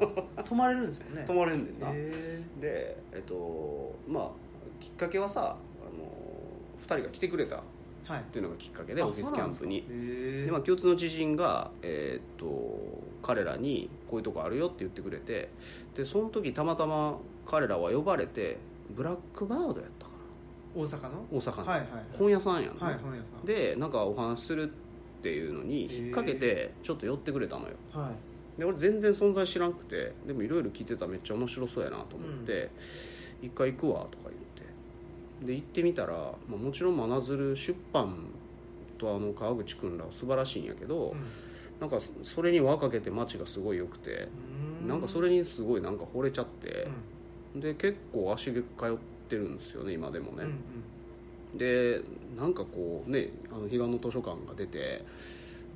泊まれるんですよね泊まれんねんな、へでえっとまあきっかけはさあの2人が来てくれたっーはいていうのがきっかけであオフィスキャンプにそうなんですかへでーまあ、共通の知人が、えーっと彼らにこういうとこあるよって言ってくれてでその時たまたま彼らは呼ばれてブラックバードやったか大阪のな大阪の、はいはい本屋さんやん、ねはい本屋さんでなんかお話しするっていうのに引っ掛けてちょっと寄ってくれたのよはいで俺全然存在知らなくてでもいろいろ聞いてたらめっちゃ面白そうやなと思って「一回行くわ」とか言ってで行ってみたら、まあ、もちろん真鶴出版とあの川口君らは素晴らしいんやけど、なんかそれに輪かけて街がすごい良くて、うんなんかそれにすごいなんか惚れちゃって、で結構足げく通ってるんですよね今でもうんね、うんでなんかこうねあの彼岸の図書館が出てやっ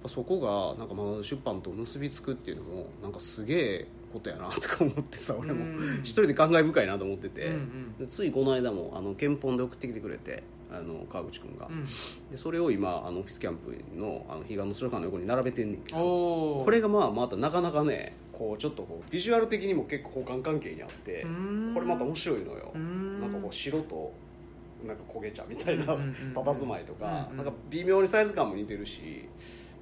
ぱそこがなんかまあ出版と結びつくっていうのもなんかすげえことやなとか思ってさうん俺もうん一人で感慨深いなと思ってて、うんうんでついこの間もあの憲本で送ってきてくれてあの川口君が、うんでそれを今あのオフィスキャンプのあの彼岸の図書館の横に並べてんねんけどおおこれがまあまたなかなかねこうちょっとこうビジュアル的にも結構補完関係にあってこれまた面白いのようんなんかこう白となんか焦げ茶みたいなうんうんうん佇まいとかうんうんなんか微妙にサイズ感も似てるし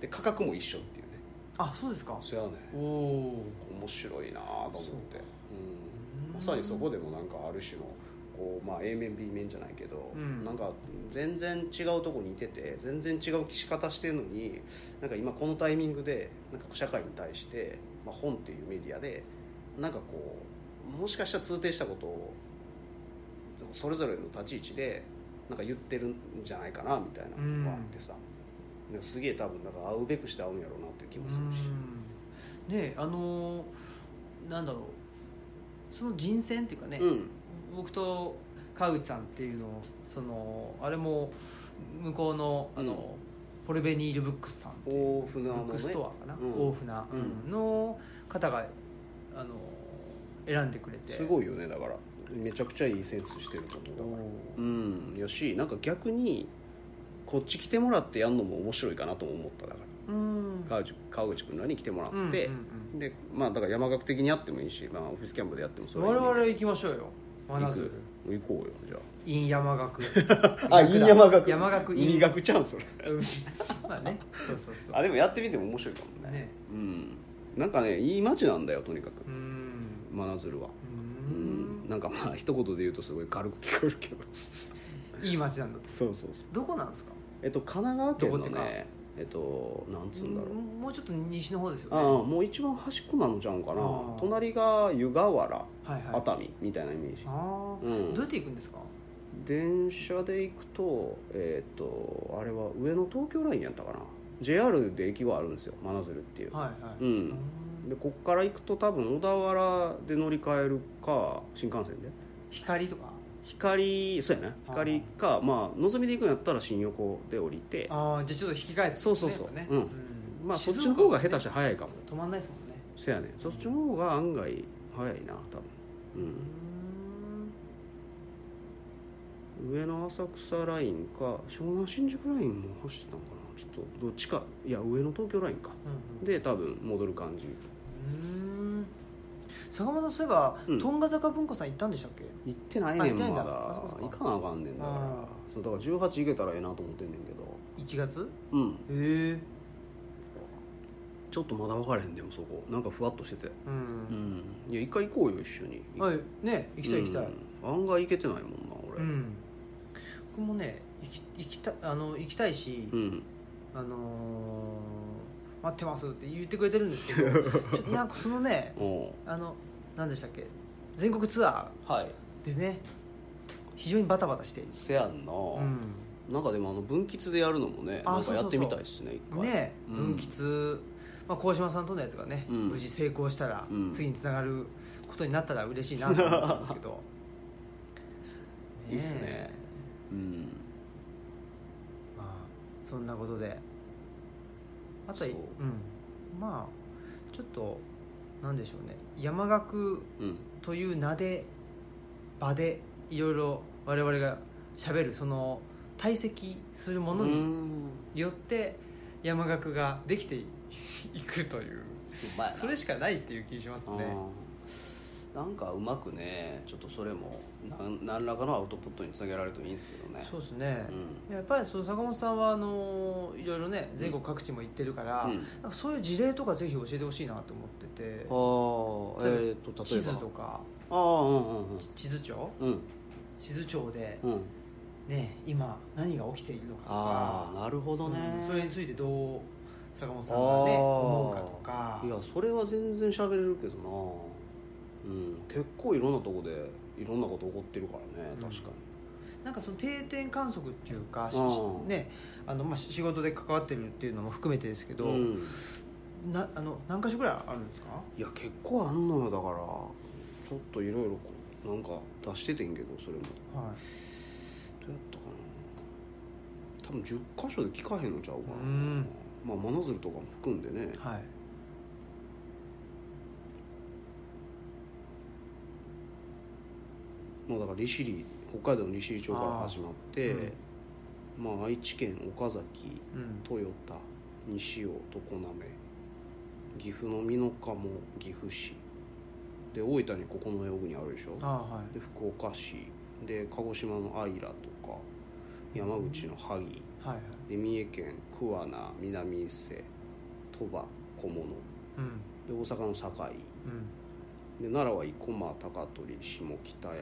で価格も一緒っていうねあそうですかそやねおお面白いなと思ってうんうんまさにそこでもなんかある種のこうまあ A 面 B 面じゃないけどうんなんか全然違うとこにいてて全然違う着方してるのになんか今このタイミングでなんか社会に対してまあ本っていうメディアでなんかこうもしかしたら通底したことをそれぞれの立ち位置でなんか言ってるんじゃないかなみたいなのがあってさ、なんかすげえ多分なんか会うべくして会うんやろうなっていう気もするし。うんねえあのーなんだろうその人選っていうかね、うん僕と川口さんっていうのをそのあれも向こうのあの、うんポルベニールブックスさんっていう大船ブのねックストアかな、うん大船、うんの方があの選んでくれてすいごいよねだからめちゃくちゃいいセンスしてると思うだからうんよしなんか逆にこっち来てもらってやるのも面白いかなとも思っただかうんら川口川口君らに来てもらうんうんうっんて、でまあだから山岳的にやってもいいし、まあ、オフィスキャンプでやってもそれ我々は行きましょうよ真行鶴く行こうよじゃ陰山学 ああいい山岳山学院院学ちゃんそれうんまあねそうそうそうあでもやってみても面白いかもねねうんなんかねいい街なんだよとにかくうーん真鶴はううーんんなんかまあ 一言で言うとすごい軽く聞こえるけどいい街なんだとそうそうそうどこなんですかえっと、神奈川県のどこってねえっとなんつうんだろう、うんもうちょっと西の方ですよねああもう一番端っこなのちゃうんかなあー隣が湯河原はいはい熱海みたいなイメージ、ああ、うんどうやって行くんですか電車で行くとえっとあれは上野東京ラインやったかな JR で駅があるんですよ真鶴っていう、はいはい、うんうんでこっから行くと多分小田原で乗り換えるか新幹線で光とか光そうやねあー光かまあのぞみで行くんやったら新横で降りてああじゃあちょっと引き返すんですねそうそうそうやっぱねうんまあそっちの方が下手静したら早いかも岡はね止まんないですもんねせやねそっちの方が案外早いな多分、うん、上野浅草ラインか湘南新宿ラインも走ってたのかなちょっとどっちかいや上野東京ラインかうんうんで多分戻る感じうん坂本さんそういえば、うんトンガ坂文庫さん行ったんでしたっけ行ってないねんあ行ってないんまだだあそっかそ行っかかなあかんねんだからあそうだから18行けたらええなと思ってんねんけど1月うんへえちょっとまだ分からへんでもそこなんかふわっとしててう、うんんいや一回行こうよ一緒にはいね行きたい行きたい、うん案外行けてないもうんな俺ん、僕もね行き行きたあの行きたいし、うんあのー待ってますって言ってくれてるんですけ どちょっとなんかそのねおうあの何でしたっけ全国ツアはいーでね非常にバタバタしている、せやんな、うなんかでもあの分岐でやるのもねあなんかやってみたいですね一ん、回ねうん分岐、まあ、鴻島さんとのやつがね、うん無事成功したら、うん次につながることになったら嬉しいなと思ったんです けどねえいいっすねうんまあ、そんなことであとはそううん、まあちょっとなんでしょうね山岳うんという名で場でいろいろ我々がしゃべるその堆積するものによって山岳ができていいくといううまいなそれしかないっていう気がしますねあーなんかうまくねちょっとそれもなん何らかのアウトプットにつなげられるといいんですけどねそうですねう、んやっぱりその坂本さんはあのいろいろね全国各地も行ってるから、うんなんかそういう事例とかぜひ教えてほしいなと思っててあー例えばえっ、と例えば地図とかああうんうんうんち地図帳うん地図帳で、うんね、今何が起きているのかとあかあなるほどね、うんそれについてどう坂本さんがねあー思うかとかいやそれは全然喋れるけどなうん結構いろんなとこでいろんなこと起こってるからねうん確かなんかその定点観測っていうか、しうんねあのまあ、し仕事で関わってるっていうのも含めてですけに、ど、うんなあの何箇所ぐらいあるんですかいや結構あんのよだからちょっといろいろこうなんか出しててんけどそれもどはうやったかな多分10箇所で聞かへんのちゃうかなうんまあ真鶴とかも含んでねい、はい、まあだから利尻北海道の利尻町から始まって、まあ愛知県岡崎うん、豊田西尾常滑岐阜の美濃加茂岐阜市で大分にここの用具にあるでしょあーはいで福岡市で鹿児島の姶良とか山口の萩はいはいで三重県桑名南伊勢鳥羽小物うんで大阪の堺うんで奈良は生駒高取下北山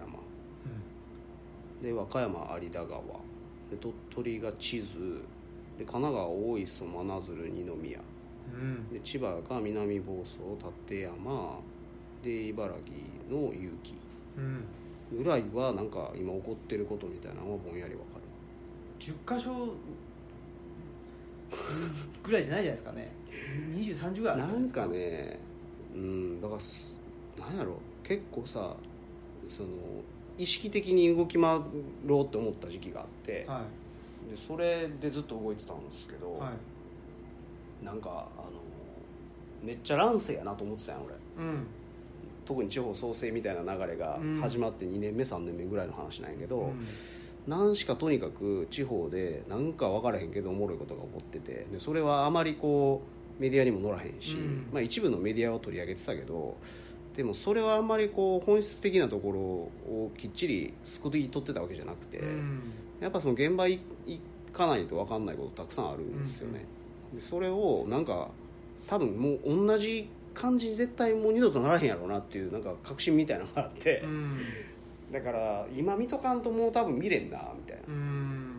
で和歌山有田川で鳥取が地図で神奈川大磯真鶴二宮うんうんで千葉が南房総館山で茨城の結うん城ぐらいはなんか今起こってることみたいなのはぼんやりわか10る箇所ぐらいじゃないじゃないですかね2030ぐらいあるなじゃいでんすかねうんだからすなんやろ結構さその意識的に動き回ろうって思った時期があって、はでそれでずっと動いてたんですけど、いはいなんかあのめっちゃ乱世やなと思ってたんや俺うん特に地方創生みたいな流れが始まって2年目3年目ぐらいの話なんやけど、うん何しかとにかく地方でなんか分からへんけどおもろいことが起こっててでそれはあまりこうメディアにも乗らへんし、うんまあ、一部のメディアは取り上げてたけどでもそれはあんまりこう本質的なところをきっちり救い取ってたわけじゃなくて、うんやっぱその現場行かないと分かんないことたくさんあるんですよね、でそれをなんか多分もう同じ感じに絶対もう二度とならへんやろうなっていうなんか確信みたいなのがあって、うんだから今見とかんともう多分見れんなみたいなうん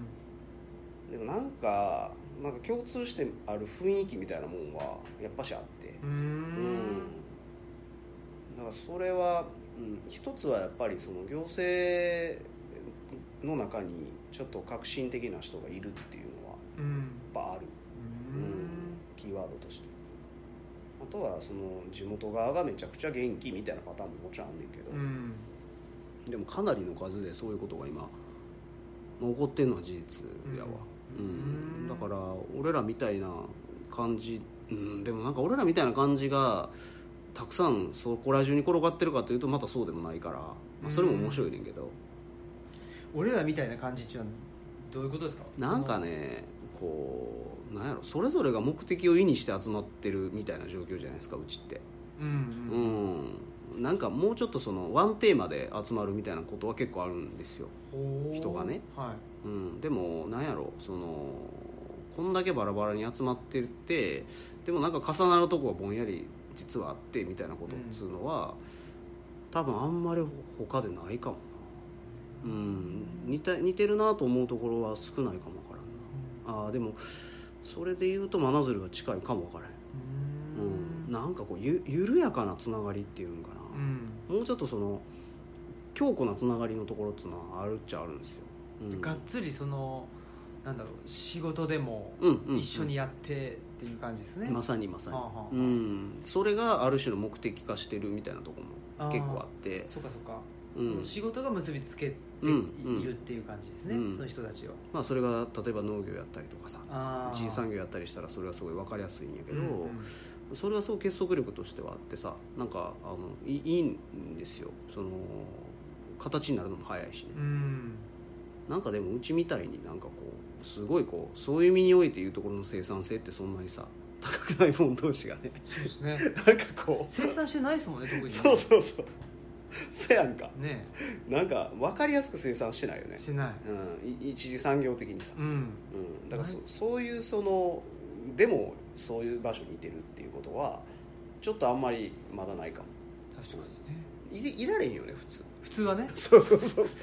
でもなんかなんか共通してある雰囲気みたいなもんはやっぱしあってううんんだからそれは、うん、一つはやっぱりその行政の中にちょっと革新的な人がいるっていうのはうんやっぱある、ううんんキーワードとしてあとはその地元側がめちゃくちゃ元気みたいなパターンももちろんあんねんけど、うんでもかなりの数でそういうことが今、まあ起こってるのは事実やわ、ううんんうんだから俺らみたいな感じ、うん、でもなんか俺らみたいな感じがたくさんそこら中に転がってるかというとまたそうでもないから、まあ、それも面白いねんけど、俺らみたいな感じっていうのはどういうことですかなんかねこうなんやろそれぞれが目的を意にして集まってるみたいな状況じゃないですかうちってそのうんううんん、なんかもうちょっとそのワンテーマで集まるみたいなことは結構あるんですよほう人がねはうん、でもなんやろそのこんだけバラバラに集まっててでもなんか重なるとこはぼんやり実はあってみたいなことっつうのは、多分あんまり他でないかもな、うん、似た似てるなと思うところは少ないかもわからんなあーでもそれで言うと真鶴は近いかもわからへんい、うん、なんかこうゆ緩やかなつながりっていうんかな、うんもうちょっとその強固なつながりのところっていうのはあるっちゃあるんですよ、うん、がっつりそのなんだろう仕事でもうんうんうん一緒にやってっていう感じですね、まさにまさに、はあはあうん、それがある種の目的化してるみたいなところも結構あってそうかそうか、うんその仕事が結びつけていうんるっていう感じですね、うんその人たちをまあ、それが例えば農業やったりとかさあー地産業やったりしたらそれはすごい分かりやすいんやけど、うんうんそれはそう結束力としてはあってさなんかあのいいいんですよその形になるのも早いしね、うんなんかでもうちみたいになんかこうすごいこうそういう意味においていうところの生産性ってそんなにさ高くないもん同士がねそうですね なんかこ生産してないですもんね特にうねそうそうそうそやんかねなんか分かりやすく生産してないよねしてないうんい一次産業的にさ、うんうん、だからそ,、はそういうそのでもそういう場所にいてるっていうことはちょっとあんまりまだないかも確かにねいいられんよ ね普通普通は ねそうそうそうそ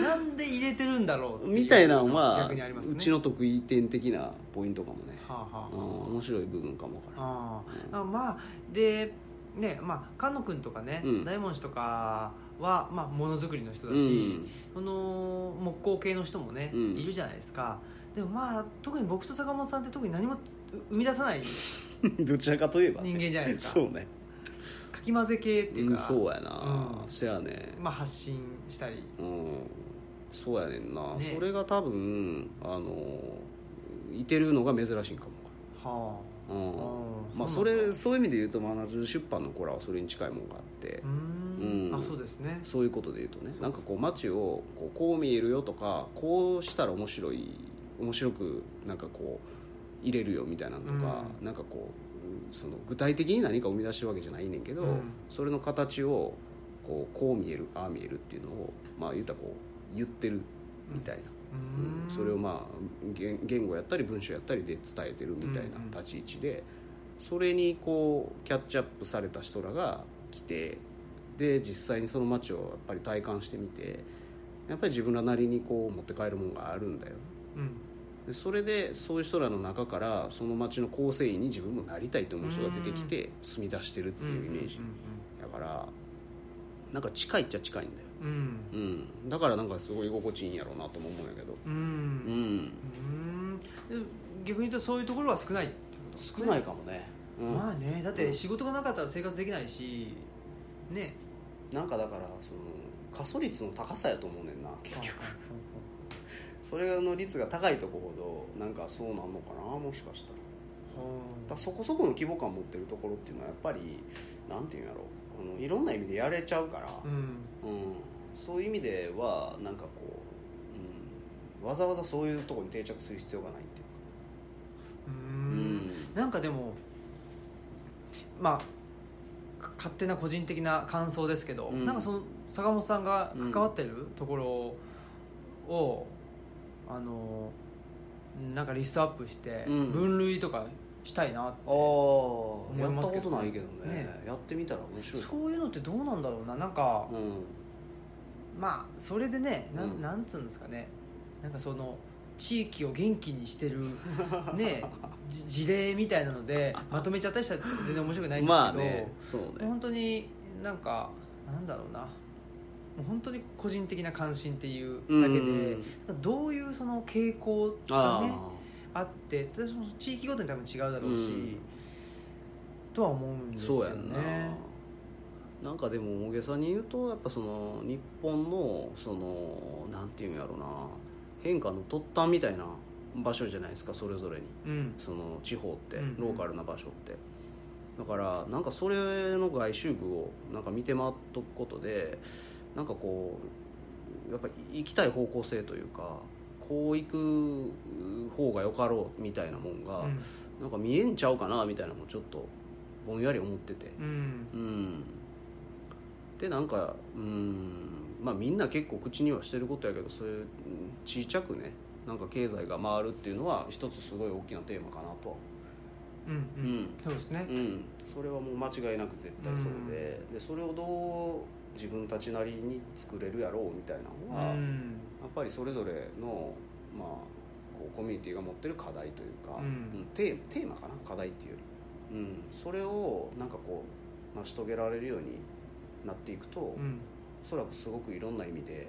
なんで入れてるんだろうっていうみたいなのは逆にありますねうちの得意点的なポイントかもねはあはうん面白い部分かもわからんあああまあでねまあ菅野君とかね、うん大門氏とかは、まあ、ものづくりの人だうし、ん その木工系の人もね、うんいるじゃないですかでもまあ特に僕と坂本さんって特に何もう生み出さない人どちらかといえばね、間じゃないですか、そうねかき混ぜ系っていううんか、そうやな、うんそやねまあ、発信したりうんそうやねんな、ねそれが多分あのいてるのが珍しいんかもはうあんーまあ、そそうなんだれそういう意味で言うと真夏出版の子らはそれに近いものがあってうーんうんあそうですねそういうことで言うとねなんかこう街をこうこう見えるよとかこうしたら面白い面白くなんかこう入れるよみたいなのとか、うなんかこううんその具体的に何か生み出してるわけじゃないねんけど、うんそれの形をこうこう見えるああ見えるっていうのをまあ言ったらこう言ってるみたいな、うーんうんそれをまあ言言語やったり文章やったりで伝えてるみたいなうんうん立ち位置でそれにこうキャッチアップされた人らが来てで実際にその街をやっぱり体感してみてやっぱり自分らなりにこう持って帰るものがあるんだようんでそれでそういう人らの中からその街の構成員に自分もなりたいと思う人が出てきて住み出してるっていうイメージだからなんか近いっちゃ近いんだよ、うんうんうん、だからなんかすごい居心地いいんやろうなとも思うんやけどうんううんんうんで逆に言うとそういうところは少ないってこと少ないかもね、うんまあねだって仕事がなかったら生活できないしねなんかだからその過疎率の高さやと思うねんな結局それの率が高いとこほどなんかそうなんのかなもしかしたらだからそこそこの規模感持ってるところっていうのはやっぱりなんていうんやろうあのいろんな意味でやれちゃうから、うんうんそういう意味ではなんかこう、うん、わざわざそういうところに定着する必要がないっていううんか、なんかでもまあか勝手な個人的な感想ですけど、うんなんかその坂本さんが関わってるところを、あのなんかリストアップしてうん分類とかしたいなって、ああ思いやっまたすけこどねとないけどねねやってみたら面白いかもそういうのってどうなんだろうななんか、うんまあそれでねな,、うんん、なんつうんですかねなんかその地域を元気にしてる ねじ事例みたいなのでまとめちゃったりしたら全然面白くないんですけど、まあねそうね本当になんかなんだろうなもう本当に個人的な関心っていうだけで、うんなんかどういうその傾向があねああってでその地域ごとに多分違うだろうし、うんとは思うんですそうよやんなね。なんかでも大げさに言うとやっぱその日本のそのなんていうんやろうな変化の突端みたいな場所じゃないですかそれぞれにうんその地方ってうんローカルな場所ってだからなんかそれの外周部をなんか見て回っとくことでなんかこうやっぱ行きたい方向性というかこう行く方がよかろうみたいなもんが、うんなんか見えんちゃうかなみたいなのもちょっとぼんやり思っててうんうんでなんかうんまあみんな結構口にはしてることやけどそういううんちいちゃくねなんか経済が回るっていうのは一つすごい大きなテーマかなとはうんううんんそうですね、うんそれはもう間違いなく絶対そうで,、でそれをどう自分たちなりに作れるやろうみたいなのうは、やんっぱりそれぞれのまあこうコミュニティが持ってる課題というか、うんテーテーマかな課題っていうより、うん、それをなんかこう成し遂げられるようになっていくと、うんおそらくすごくいろんな意味でこ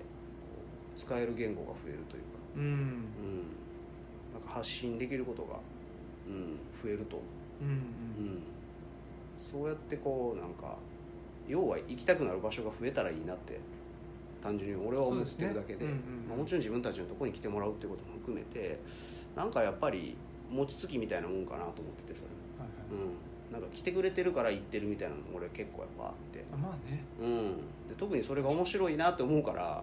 う使える言語が増えるというか、うんうん、なんか発信できることがうん、増えると、うんうん、そうやってこうなんか要は行きたくなる場所が増えたらいいなって単純に俺は思ってるだけでそうですねうんうんうんまあもちろん自分たちのところに来てもらうってことも含めてなんかやっぱり餅つきみたいなもんかなと思っててそれも。はいはいうん、なんか来てくれてるから行ってるみたいなのも俺結構やっぱあって、あまあねうん、で特にそれが面白いなって思うから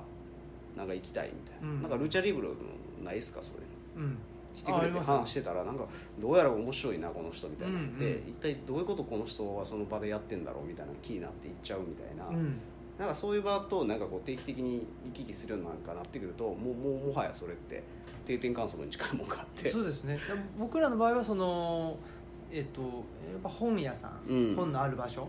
なんか行きたいみたいな、うんなんかルチャリブロのないっすかそういうのうん来てくああれりてます話してたらなんかどうやら面白いなこの人みたいになって、うんうん一体どういうことこの人はその場でやってんだろうみたいな気になって行っちゃうみたいな、うんなんかそういう場となんかこう定期的に行き来するようになんかなってくるともうもうもはやそれって定点観測に近いもんがあってそうですねだ僕らの場合はそのえっとやっぱ本屋さん、うん本のある場所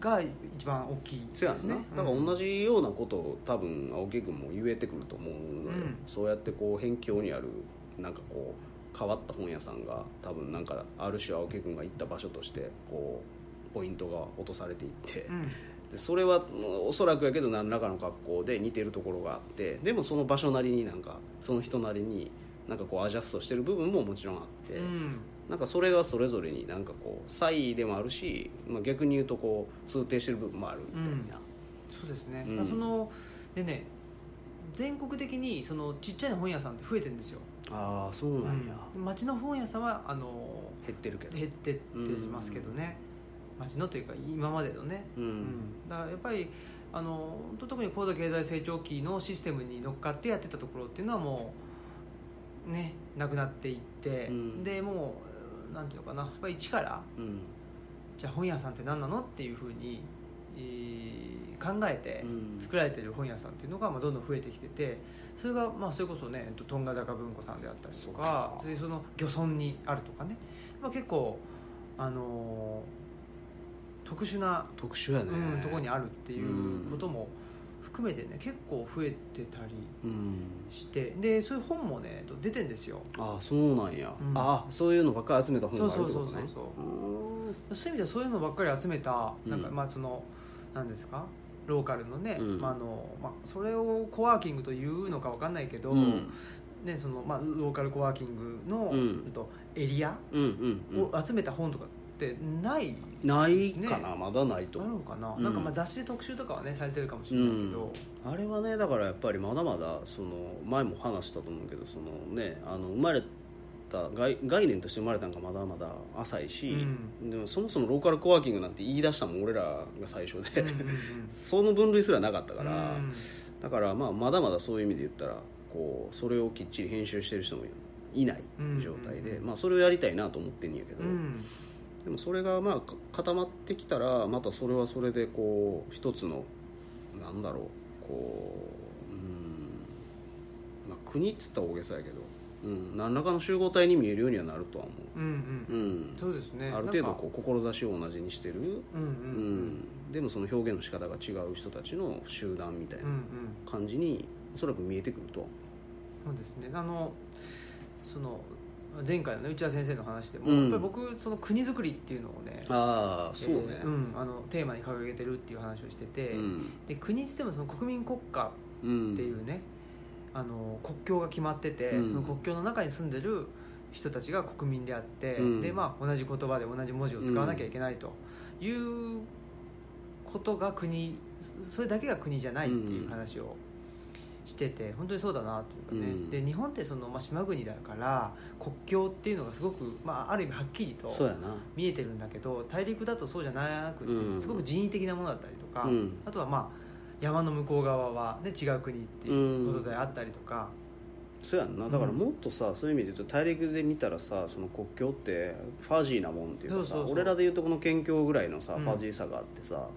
が一番大きいそうでやすんな、ねだからうん同じようなことを多分青木君も言えてくると思うのよ、うんそうやってこう辺境にあるなんかこう変わった本屋さんが多分なんかある種青木君が行った場所としてこうポイントが落とされていって、うんでそれはもうおそらくやけど何らかの格好で似てるところがあってでもその場所なりになんかその人なりになんかこうアジャストしてる部分ももちろんあって、うんなんかそれがそれぞれになんかこう差異でもあるし、まあ、逆に言うとこう通底してる部分もあるみたいな。そうですね、うんだからそのでね全国的にそのちっちゃい本屋さんって増えてるんですよ、ああそうなんや、うん町の本屋さんはあの減ってるけど減ってってますけどね、町のというか今までのね、うん、だからやっぱりあの本当特に高度経済成長期のシステムに乗っかってやってたところっていうのはもうねなくなっていって、うんでもうなんていうのかなやっぱり一からうんじゃあ本屋さんって何なのっていうふうに、えー考えてうん作られてる本屋さんっていうのが、まあ、どんどん増えてきててそれが、まあ、それこそねえっとトンガ坂文庫さんであったりとかそうかそれでその漁村にあるとかね、まあ、結構あのー特殊な特殊やね、うん、ところにあるっていううんことも含めてね結構増えてたりうんしてでそういう本もねえっと出てんですよああそうなんや、うんああそういうのばっかり集めた本があるってことねそうそうそうそううーんそういう意味ではそういうのばっかり集めたなんか、うんまあそのなんですかローカルのね、うんまああのまあ、それをコワーキングというのかわかんないけど、うんねそのまあ、ローカルコワーキングの、うんえっとエリアうんうんうんを集めた本とかってないないかな、まだないとあるのかな,、うんなんかまあ雑誌で特集とかはねされてるかもしれないけど、あれはねだからやっぱりまだまだその前も話したと思うけどそのねあの生まれた概概念として生まれたのがまだまだ浅いし、でもそもそもローカルコワーキングなんて言い出したのも俺らが最初で、うんうんうんうんその分類すらなかったから、うんだからまあまだまだそういう意味で言ったらこうそれをきっちり編集してる人もいない状態うんで、うんうんまあ、それをやりたいなと思ってんやけど、うんでもそれがまあか固まってきたらまたそれはそれでこう一つのなんだろうこううん、まあ、国って言ったら大げさやけど、うん、何らかの集合体に見えるようにはなるとは思うんうんう、うん、そうですねある程な度んかこう志を同じにしてる、うんうんうんでもその表現の仕方が違う人たちの集団みたいうんうなん感じにおそらく見えてくるとは思うそうですねあのその前回のね内田先生の話でも、うんやっぱり僕その国づくりっていうのをねああえーうん、あのテーマに掲げてるっていう話をしてて、うんで国って言ってもその国民国家うんっていうね、あの国境が決まってて、うんその国境の中に住んでる人たちが国民であって、うんでまあ、同じ言葉で同じ文字を使わなきゃいけないということが国そそれだけが国じゃないっていう話をしてて本当にそうだなというかね、うんで日本ってその、まあ、島国だから国境っていうのがすごく、まあ、ある意味はっきりとそうやな見えてるんだけど大陸だとそうじゃなくて、うんすごく人為的なものだったりとか、うんあとはまあ山の向こう側は、ね、違う国っていうことであったりとか、そうやんなだからもっとさそういう意味で言うと大陸で見たらさその国境ってファジーなもんっていうかさそうそうそう俺らで言うとこの県境ぐらいのさ、うんファジーさがあってさ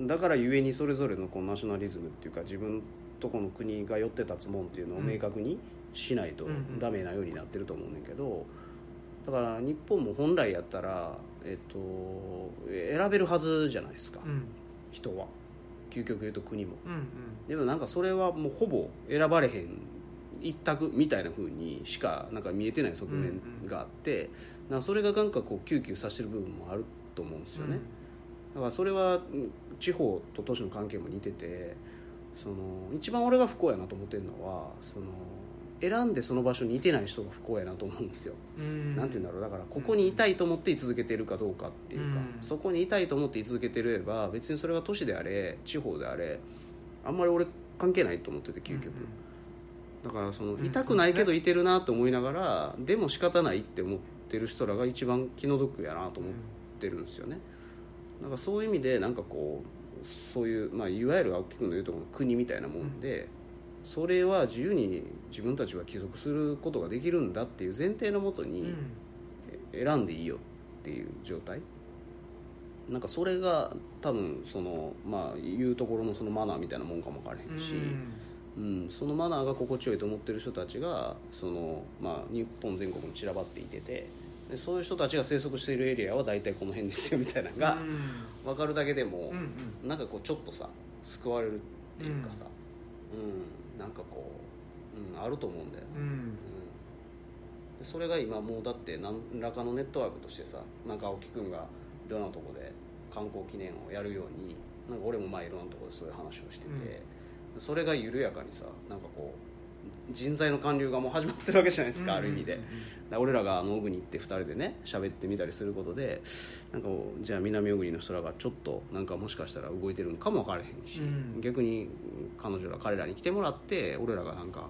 だからゆえにそれぞれのこうナショナリズムっていうか自分とこの国が寄って立つもんっていうのをうん明確にしないとうんうんダメなようになってると思うねんだけどだから日本も本来やったら、えっと、選べるはずじゃないですか、うん、人は究極言うと国も。うんうんでもなんかそれはもうほぼ選ばれへん一択みたいな風にしかなんか見えてない側面があって、なんかそれがなんかこうキューキューさせてる部分もあると思うんですよね、だからそれはうん地方と都市の関係も似ててその一番俺が不幸やなと思ってるのはその選んでその場所にいてない人が不幸やなと思うんですよ、うんなんて言うんだろうだからここにいたいと思って居続けてるかどうかっていううか、んそこにいたいと思って居続けてれば別にそれが都市であれ地方であれあんまり俺関係ないと思ってて究極、だからそのうん痛くないけどいてるなと思いながら、でも仕方ないって思ってる人らが一番気の毒やなとうん思ってるんですよねだからそういう意味でなんかこうそういう、まあ、いわゆる青木君の言うところの国みたいなもんで、それは自由に自分たちは帰属することができるんだっていう前提のもとうに、ん選んでいいよっていう状態なんかそれが多分そのまあ言うところのそのマナーみたいなもんかもわからへうんし、んうん、そのマナーが心地よいと思ってる人たちがその、まあ、日本全国に散らばっていててでそういう人たちが生息しているエリアは大体この辺ですよみたいなのがうん分かるだけでもうん、なんかこうちょっとさ救われるっていうかさ、うんなんかこう、うん、あると思うんだよね、うんうんうんでそれが今もうだって何らかのネットワークとしてさなんか青木君がいろんなとこで観光記念をやるようになんか俺も前いろんなとこでそういう話をしてて、それが緩やかにさなんかこう人材の還流がもう始まってるわけじゃないですか、ある意味で。うんうんうんだから俺らがあの小国行って2人でね喋ってみたりすることでなんかこうじゃあ南小国の人らがちょっとなんかもしかしたら動いてるのかも分からへんし、うん逆に彼女ら彼らに来てもらって俺らがなんか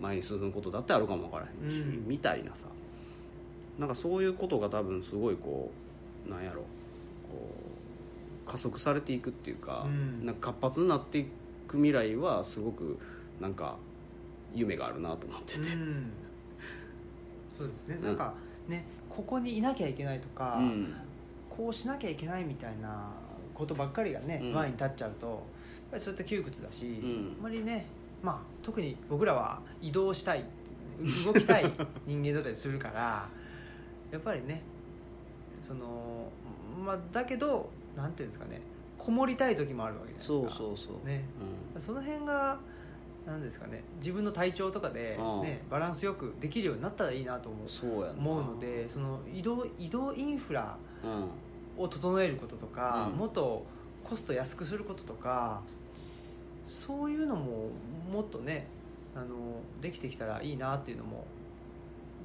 前に進むことだってあるかも分からへんし、うんみたいなさなんかそういうことが多分すごいこうなんやろこう加速されていくっていうか,、うんなんか活発になっていく未来はすごくなんか夢があるなと思ってて。うんそうですねうんなんかねここにいなきゃいけないとか、うんこうしなきゃいけないみたいなことばっかりがね、うん前に立っちゃうとやっぱりそういった窮屈だし、んあんまりね、まあ、特に僕らは移動したい動きたい人間だったりする からやっぱりねその、まあ、だけどなんていうんですかねこもりたい時もあるわけじゃないですかそうそうそう、ね、その辺がなんですかね自分の体調とかで、うんね、バランスよくできるようになったらいいなと思う、うんそうやな思うのでその移動移動インフラうんを整えることとか、うんもっとコスト安くすることとかそういうのももっとねあのできてきたらいいなっていうのも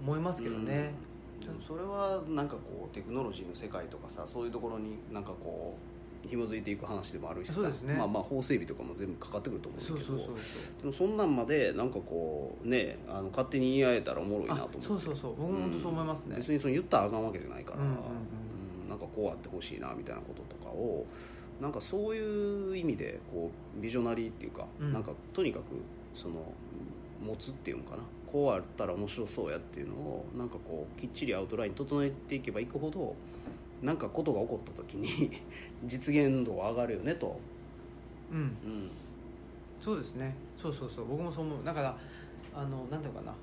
思いますけどね。うん、でもそれはなんかこうテクノロジーの世界とかさそういうところになんかこう紐づいていく話でもあるしさそうですねまあ、まあ法整備とかも全部かかってくると思うんだけそうどそうそうそうでもそんなんまでなんかこうねあの勝手に言い合えたらおもろいなとあ思ってそうそうそう僕も本当そう思いますね別にその言ったらあかんわけじゃないから、うんうんうんうんなんかこうあってほしいなみたいなこととかをなんかそういう意味でこうビジョナリーっていうか、うんなんかとにかくその持つっていうのかなこうあったら面白そうやっていうのをなんかこうきっちりアウトライン整えていけばいくほどなんかことが起こった時に 実現度は上がるよねと、うんうん、そうですねそうそうそう僕もそう思うだからあのなんていうのかな、ま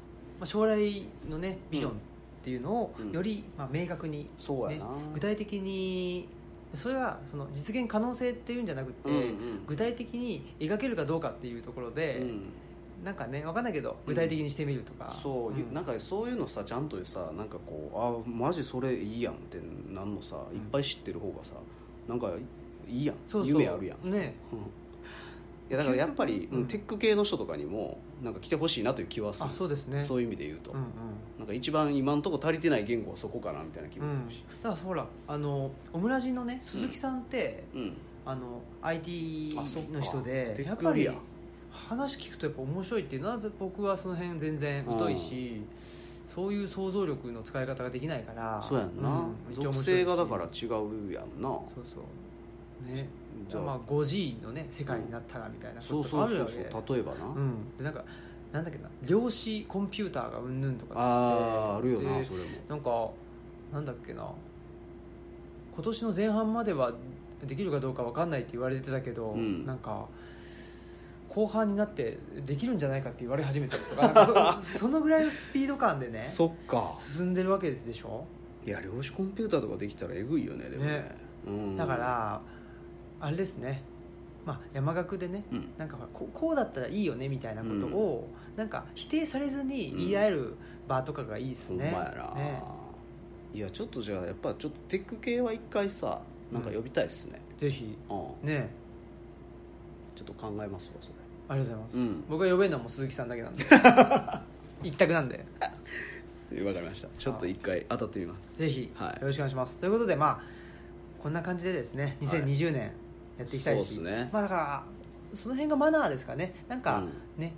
あ、将来のねビジョンっていうのをうんより、まあ、明確にそうやな、ね具体的にそれはその実現可能性っていうんじゃなくて、うんうん具体的に描けるかどうかっていうところで、うんなんかねわかんないけど具体的にしてみるとか、そう、んなんかそういうのさちゃんとさなんかこうあマジそれいいやんってなんのさいっぱい知ってる方がさなんかいいやんそうそう夢あるやん いねやだからやっぱ究り、極うんテック系の人とかにもなんか来てほしいなという気はするあそうですねそうういう意味で言うと、んうんなんか一番今んとこ足りてない言語はそこかなみたいな気うん、もだすかるし、らほらあのオムラジのね鈴木さんって、うんあの IT あそっかの人でテやッっクぱエリりア話聞くとやっぱ面白いっていうのは僕はその辺全然疎いし、そういう想像力の使い方ができないからそうやんな、んめっちゃ面属白いし性がだから違うやんなそうそうねじゃあまあ 5G のね世界になったらみたいなそうこともそあるうそわうけですそう例えばな、うんでなんかなんだっけな量子コンピューターがうんぬんとかっつってああーあるよなでそれもなんかなんだっけな今年の前半まではできるかどうかわかんないって言われてたけど、うんなんか後半になってできるんじゃないかって言われ始めたりとかなんか そそのぐらいのスピード感でねそっか進んでるわけですでしょいや量子コンピューターとかできたらえぐいよねでもねねうん、だから、あれですね、まあ、山岳でねうんなんかほらここうだったらいいよねみたいなことを、なんか否定されずに言い合える場とかがいいですほんまね。やな、ねいやちょっとじゃあやっぱちょっとテック系は一回さなんか呼びたいっすね、ぜひうんねちょっと考えますわそれありがとうございます、うん 僕が呼べるのはもう鈴木さんだけなんで一択なんでわかりましたちょっと一回当たってみますぜひはいよろしくお願いします、ということでまあこんな感じでですねはい2020年やっていきたいし、そうですねまあだからその辺がマナーですかねなんかうんね、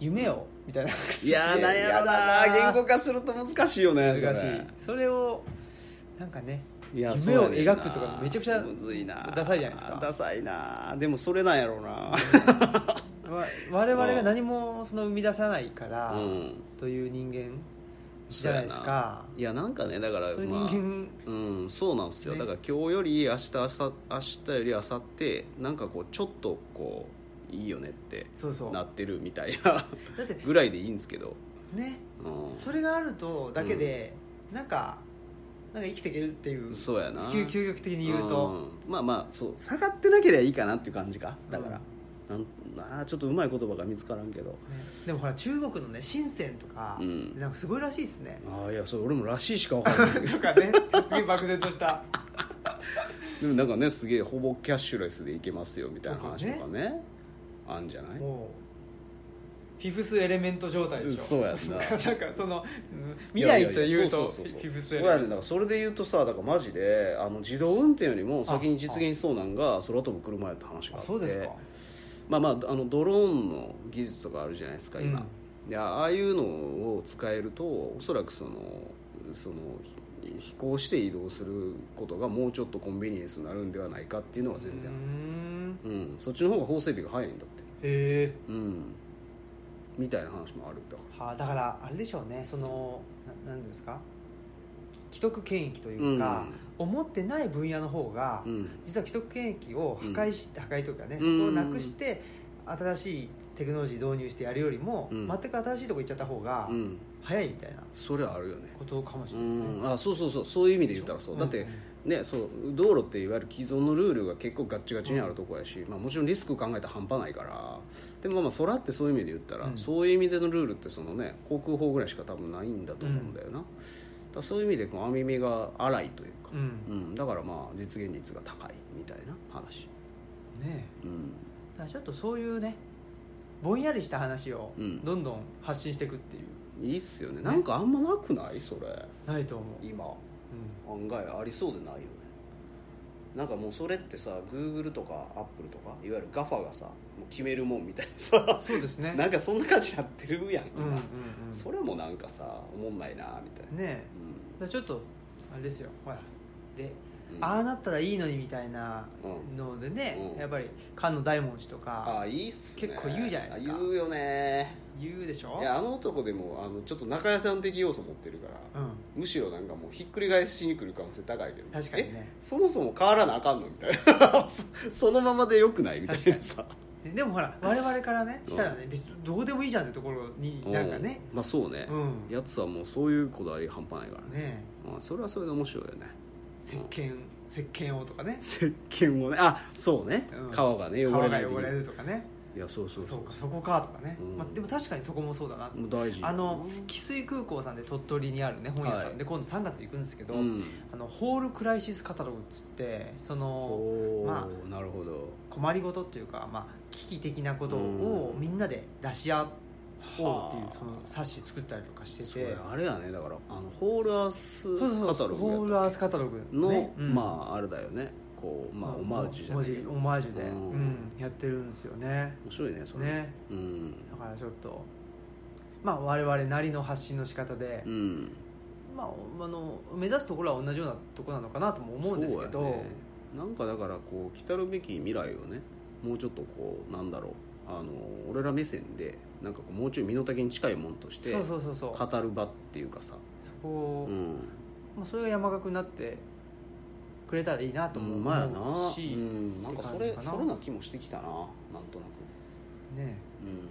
夢をみたいないやーなんやろな言語化すると難しいよね難しいそそれれをなんかねいや夢をそうやねんな描くとかめちゃくちゃむずいなダサいじゃないですかダサいなでもそれなんやろうなわ我々が何もその生み出さないから、うんという人間じゃないですかいやなんかねだからそういう人間、うん、そうなんですよ、ねだから今日より明日明日明日より明後日なんかこうちょっとこういいよねってそうそうなだってるみたいな ってぐらいでいいんですけど、ねうん、それがあるとだけで、なんかなんか生きていけるっていうそうやな究究極的に言うと、うんまあまあそう下がってなければいいかなっていう感じかだから、なんなあちょっとうまい言葉が見つからんけどねでもほら中国のね深センとか、うんなんかすごいらしいです ね、ああいやそれ俺も「らしい」しか分からないとかね すげえ漠然とした でもなんかねすげえほぼキャッシュレスでいけますよみたいな話とかとねあんじゃないもうフィフスエレメント状態でしょそうやん ななんかそのうん未来というとフやややィフスそうエレそうそうそうそうやメねントだからそれで言うとさだからマジであの自動運転よりも先に実現しそうなんが空飛ぶ車やった話がああってそうですかまあまああのドローンの技術とかあるじゃないですか今、でああいうのを使えるとおそらくそのそのひ飛行して移動することがもうちょっとコンビニエンスになるんではないかっていうのは全然うーんうん、そっちの方が法整備が早いんだってへうんみたいな話もあるだかえはあだからあれでしょうねそのななんですか既得権益とらいうか、思ってない分野の方が、うんうん実は既得権益を破壊して、破壊というかねうそんこをなくして新しいテクノロジー導入してやるよりも、うん全く新しいとこ行っちゃった方がうん早いみたいなそれはあるよねことかもしうれないですね、んあそうそうそうそういう意味で言ったらそうだってねそう道路っていわゆる既存のルールが結構ガッチガチにあるとこやし、まあ、もちろんリスク考えたら半端ないからでもまあ空ってそういう意味で言ったら、うんそういう意味でのルールってそのね航空法ぐらいしか多分ないんだと思うんだよな、だからそういう意味でこう網目が荒いというかう、んうんだからまあ実現率が高いみたいな話ねうんえだからちょっとそういうねぼんやりした話をうんどんどん発信していくっていう、いいっすよねなんかあんまなくないそれないと思う、うん、今案外ありそうでないよねなんかもうそれってさグーグルとかアップルとかいわゆる GAFA がさもう決めるもんみたいなさそうですねなんかそんな感じになってるやん、うんうんうんそれもなんかさおもんないなみたいな、ねえうだからちょっとあれですよほらでんうんああなったらいいのにみたいなのでね、うんやっぱり菅野大文字とかあいいっすね結構言うじゃないですかあ言うよね言うでしょいやあの男でもあのちょっと中屋さん的要素持ってるから、うんむしろなんかもうひっくり返しに来る可能性高いけど確かにねえそもそも変わらなあかんのみたいな そそのままでよくないみたいなさででもほら我々からねしたらね別にどうでもいいじゃんってところになんかねうまあそうね、うんねやつはもうそういうこだわり半端ないからねえまあ、それはそれで面白いよね石鹸石鹸王とかね石鹸をねあそうね、うん顔がね皮汚がれない汚れいるとかねやそうそうそうかそこかとかね、うんまあ、でも確かにそこもそうだなもう大事あの汽水空港さんで鳥取にあるね本屋さん、で今度3月行くんですけど、うんあのホールクライシスカタログっつってそのおお、まなるほど困りごとっていうか、まあ、危機的なことをうんみんなで出し合おうっていうはあその冊子作ったりとかしててそれあれやねだからあのホールアースそうそうカそタうロホーグルやっアースカタログたの、ねうんまああれだよねこうまあオマージュじゃないけどオマージュで、ううんんやってるんですよね面白いねそれねうん、だからちょっとまあ我々なりの発信の仕方で、うん、まあ、あの目指すところは同じようなところなのかなとも思うんですけど、そうやねなんかだからこう来たるべき未来をねもうちょっとこうなんだろうあの俺ら目線でなんかこうもうちょい身の丈に近いもんとしてそうそうそうそう語る場っていうかさ、そこを、うん、まあ、それが山岳になってくれたらいいなとうもんまあやな、う思うし、ん、なんかそってれ感じかなそれな気もしてきたななんとなく、ね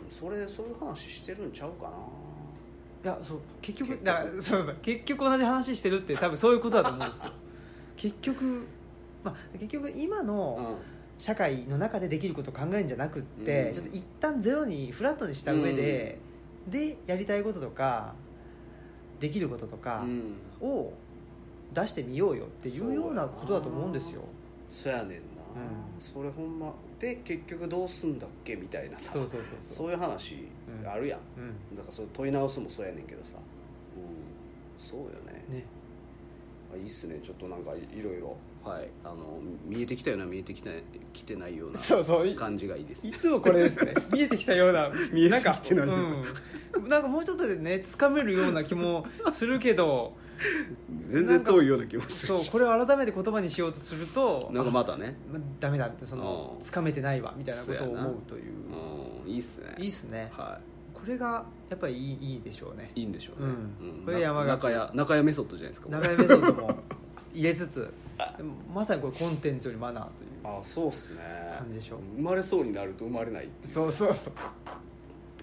うん、それそういう話してるんちゃうかないやそう結局結局だからそうそう結局同じ話してるって多分そういうことだと思うん ですよ結局まあ、結局今の社会の中でできることを考えるんじゃなくって、うんちょっと一旦ゼロにフラットにした上で、でやりたいこととかできることとか、うん、うん、を出してみようよっていうようなことだと思うんですよそやねんなうんそれほんまで結局どうすんだっけみたいなさそうそうそうそうそういう話うんあるやん、うんだからそれ問い直すもそうやねんけどさ、うん、そうよねねあいいっすねちょっとなんかいいろいろはいあの見えてきたような見えてきてきてないようなそうそうい感じがいいですいねつもこれですね 見えてきたような見えてきてないなんか,、うん、なんかもうちょっとでね掴めるような気もするけど全然遠いような気もすそるうしこれを改めて言葉にしようとするとなんかまたねあまダメだってそのうん掴めてないわみたいなことをそうやな思うといううんいいっすねいいっすねはこれがやっぱりいいいいでしょうねいいいんでしょうね、うんうこれ山中形屋中屋メソッドじゃないですかこれ長いメソッドも入れつつでもまさにこれコンテンツよりマナーというあそうっすね感じでしょ生まれそうになると生まれないそうそうそう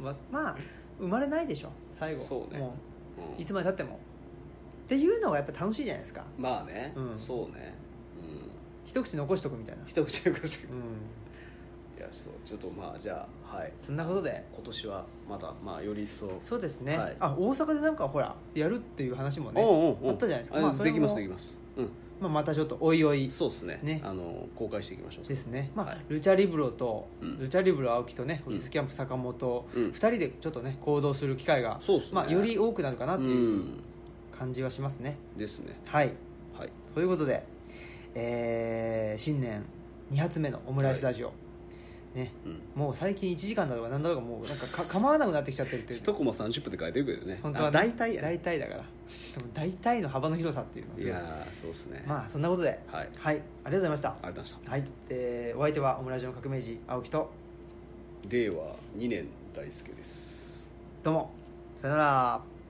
ままあ生まれないでしょ最後そうねもうんういつまでたってもっていうのがやっぱ楽しいじゃないですかまあね、うんそうね、うん、一口残しとくみたいな、一口一口いうん、やそうちょっとまあじゃあはいそんなことで今年はまだまあより一層そうですね、はいあ大阪でなんかほらやるっていう話もねおうおうおうあったじゃないですかあまあそれでもきますできますうまあ、またちょっとおいおいんそうですねねあの公開していきましょうですね、まあはいルチャリブロと、うんルチャリブロ青木とねうん富士スキャンプ坂本、うん2人でちょっとね行動する機会が、そうっすねまあ、より多くなるかなってういうん感じはしますね、ですねはいはいということで、えー新年2発目のオムライスラジオ、ねうんもう最近1時間だとか何だとかもうなんか か構わなくなってきちゃってるという一コマ30分で書いてるけどね本当は、あね、大体やね大体だからでも大体の幅の広さっていうのはいすごいやーそうですねまあそんなことではいありがとはいありがとうございましたうございましたはい、えー、お相手はオムラジオの革命児青木と令和2年大輔ですどうもさよなら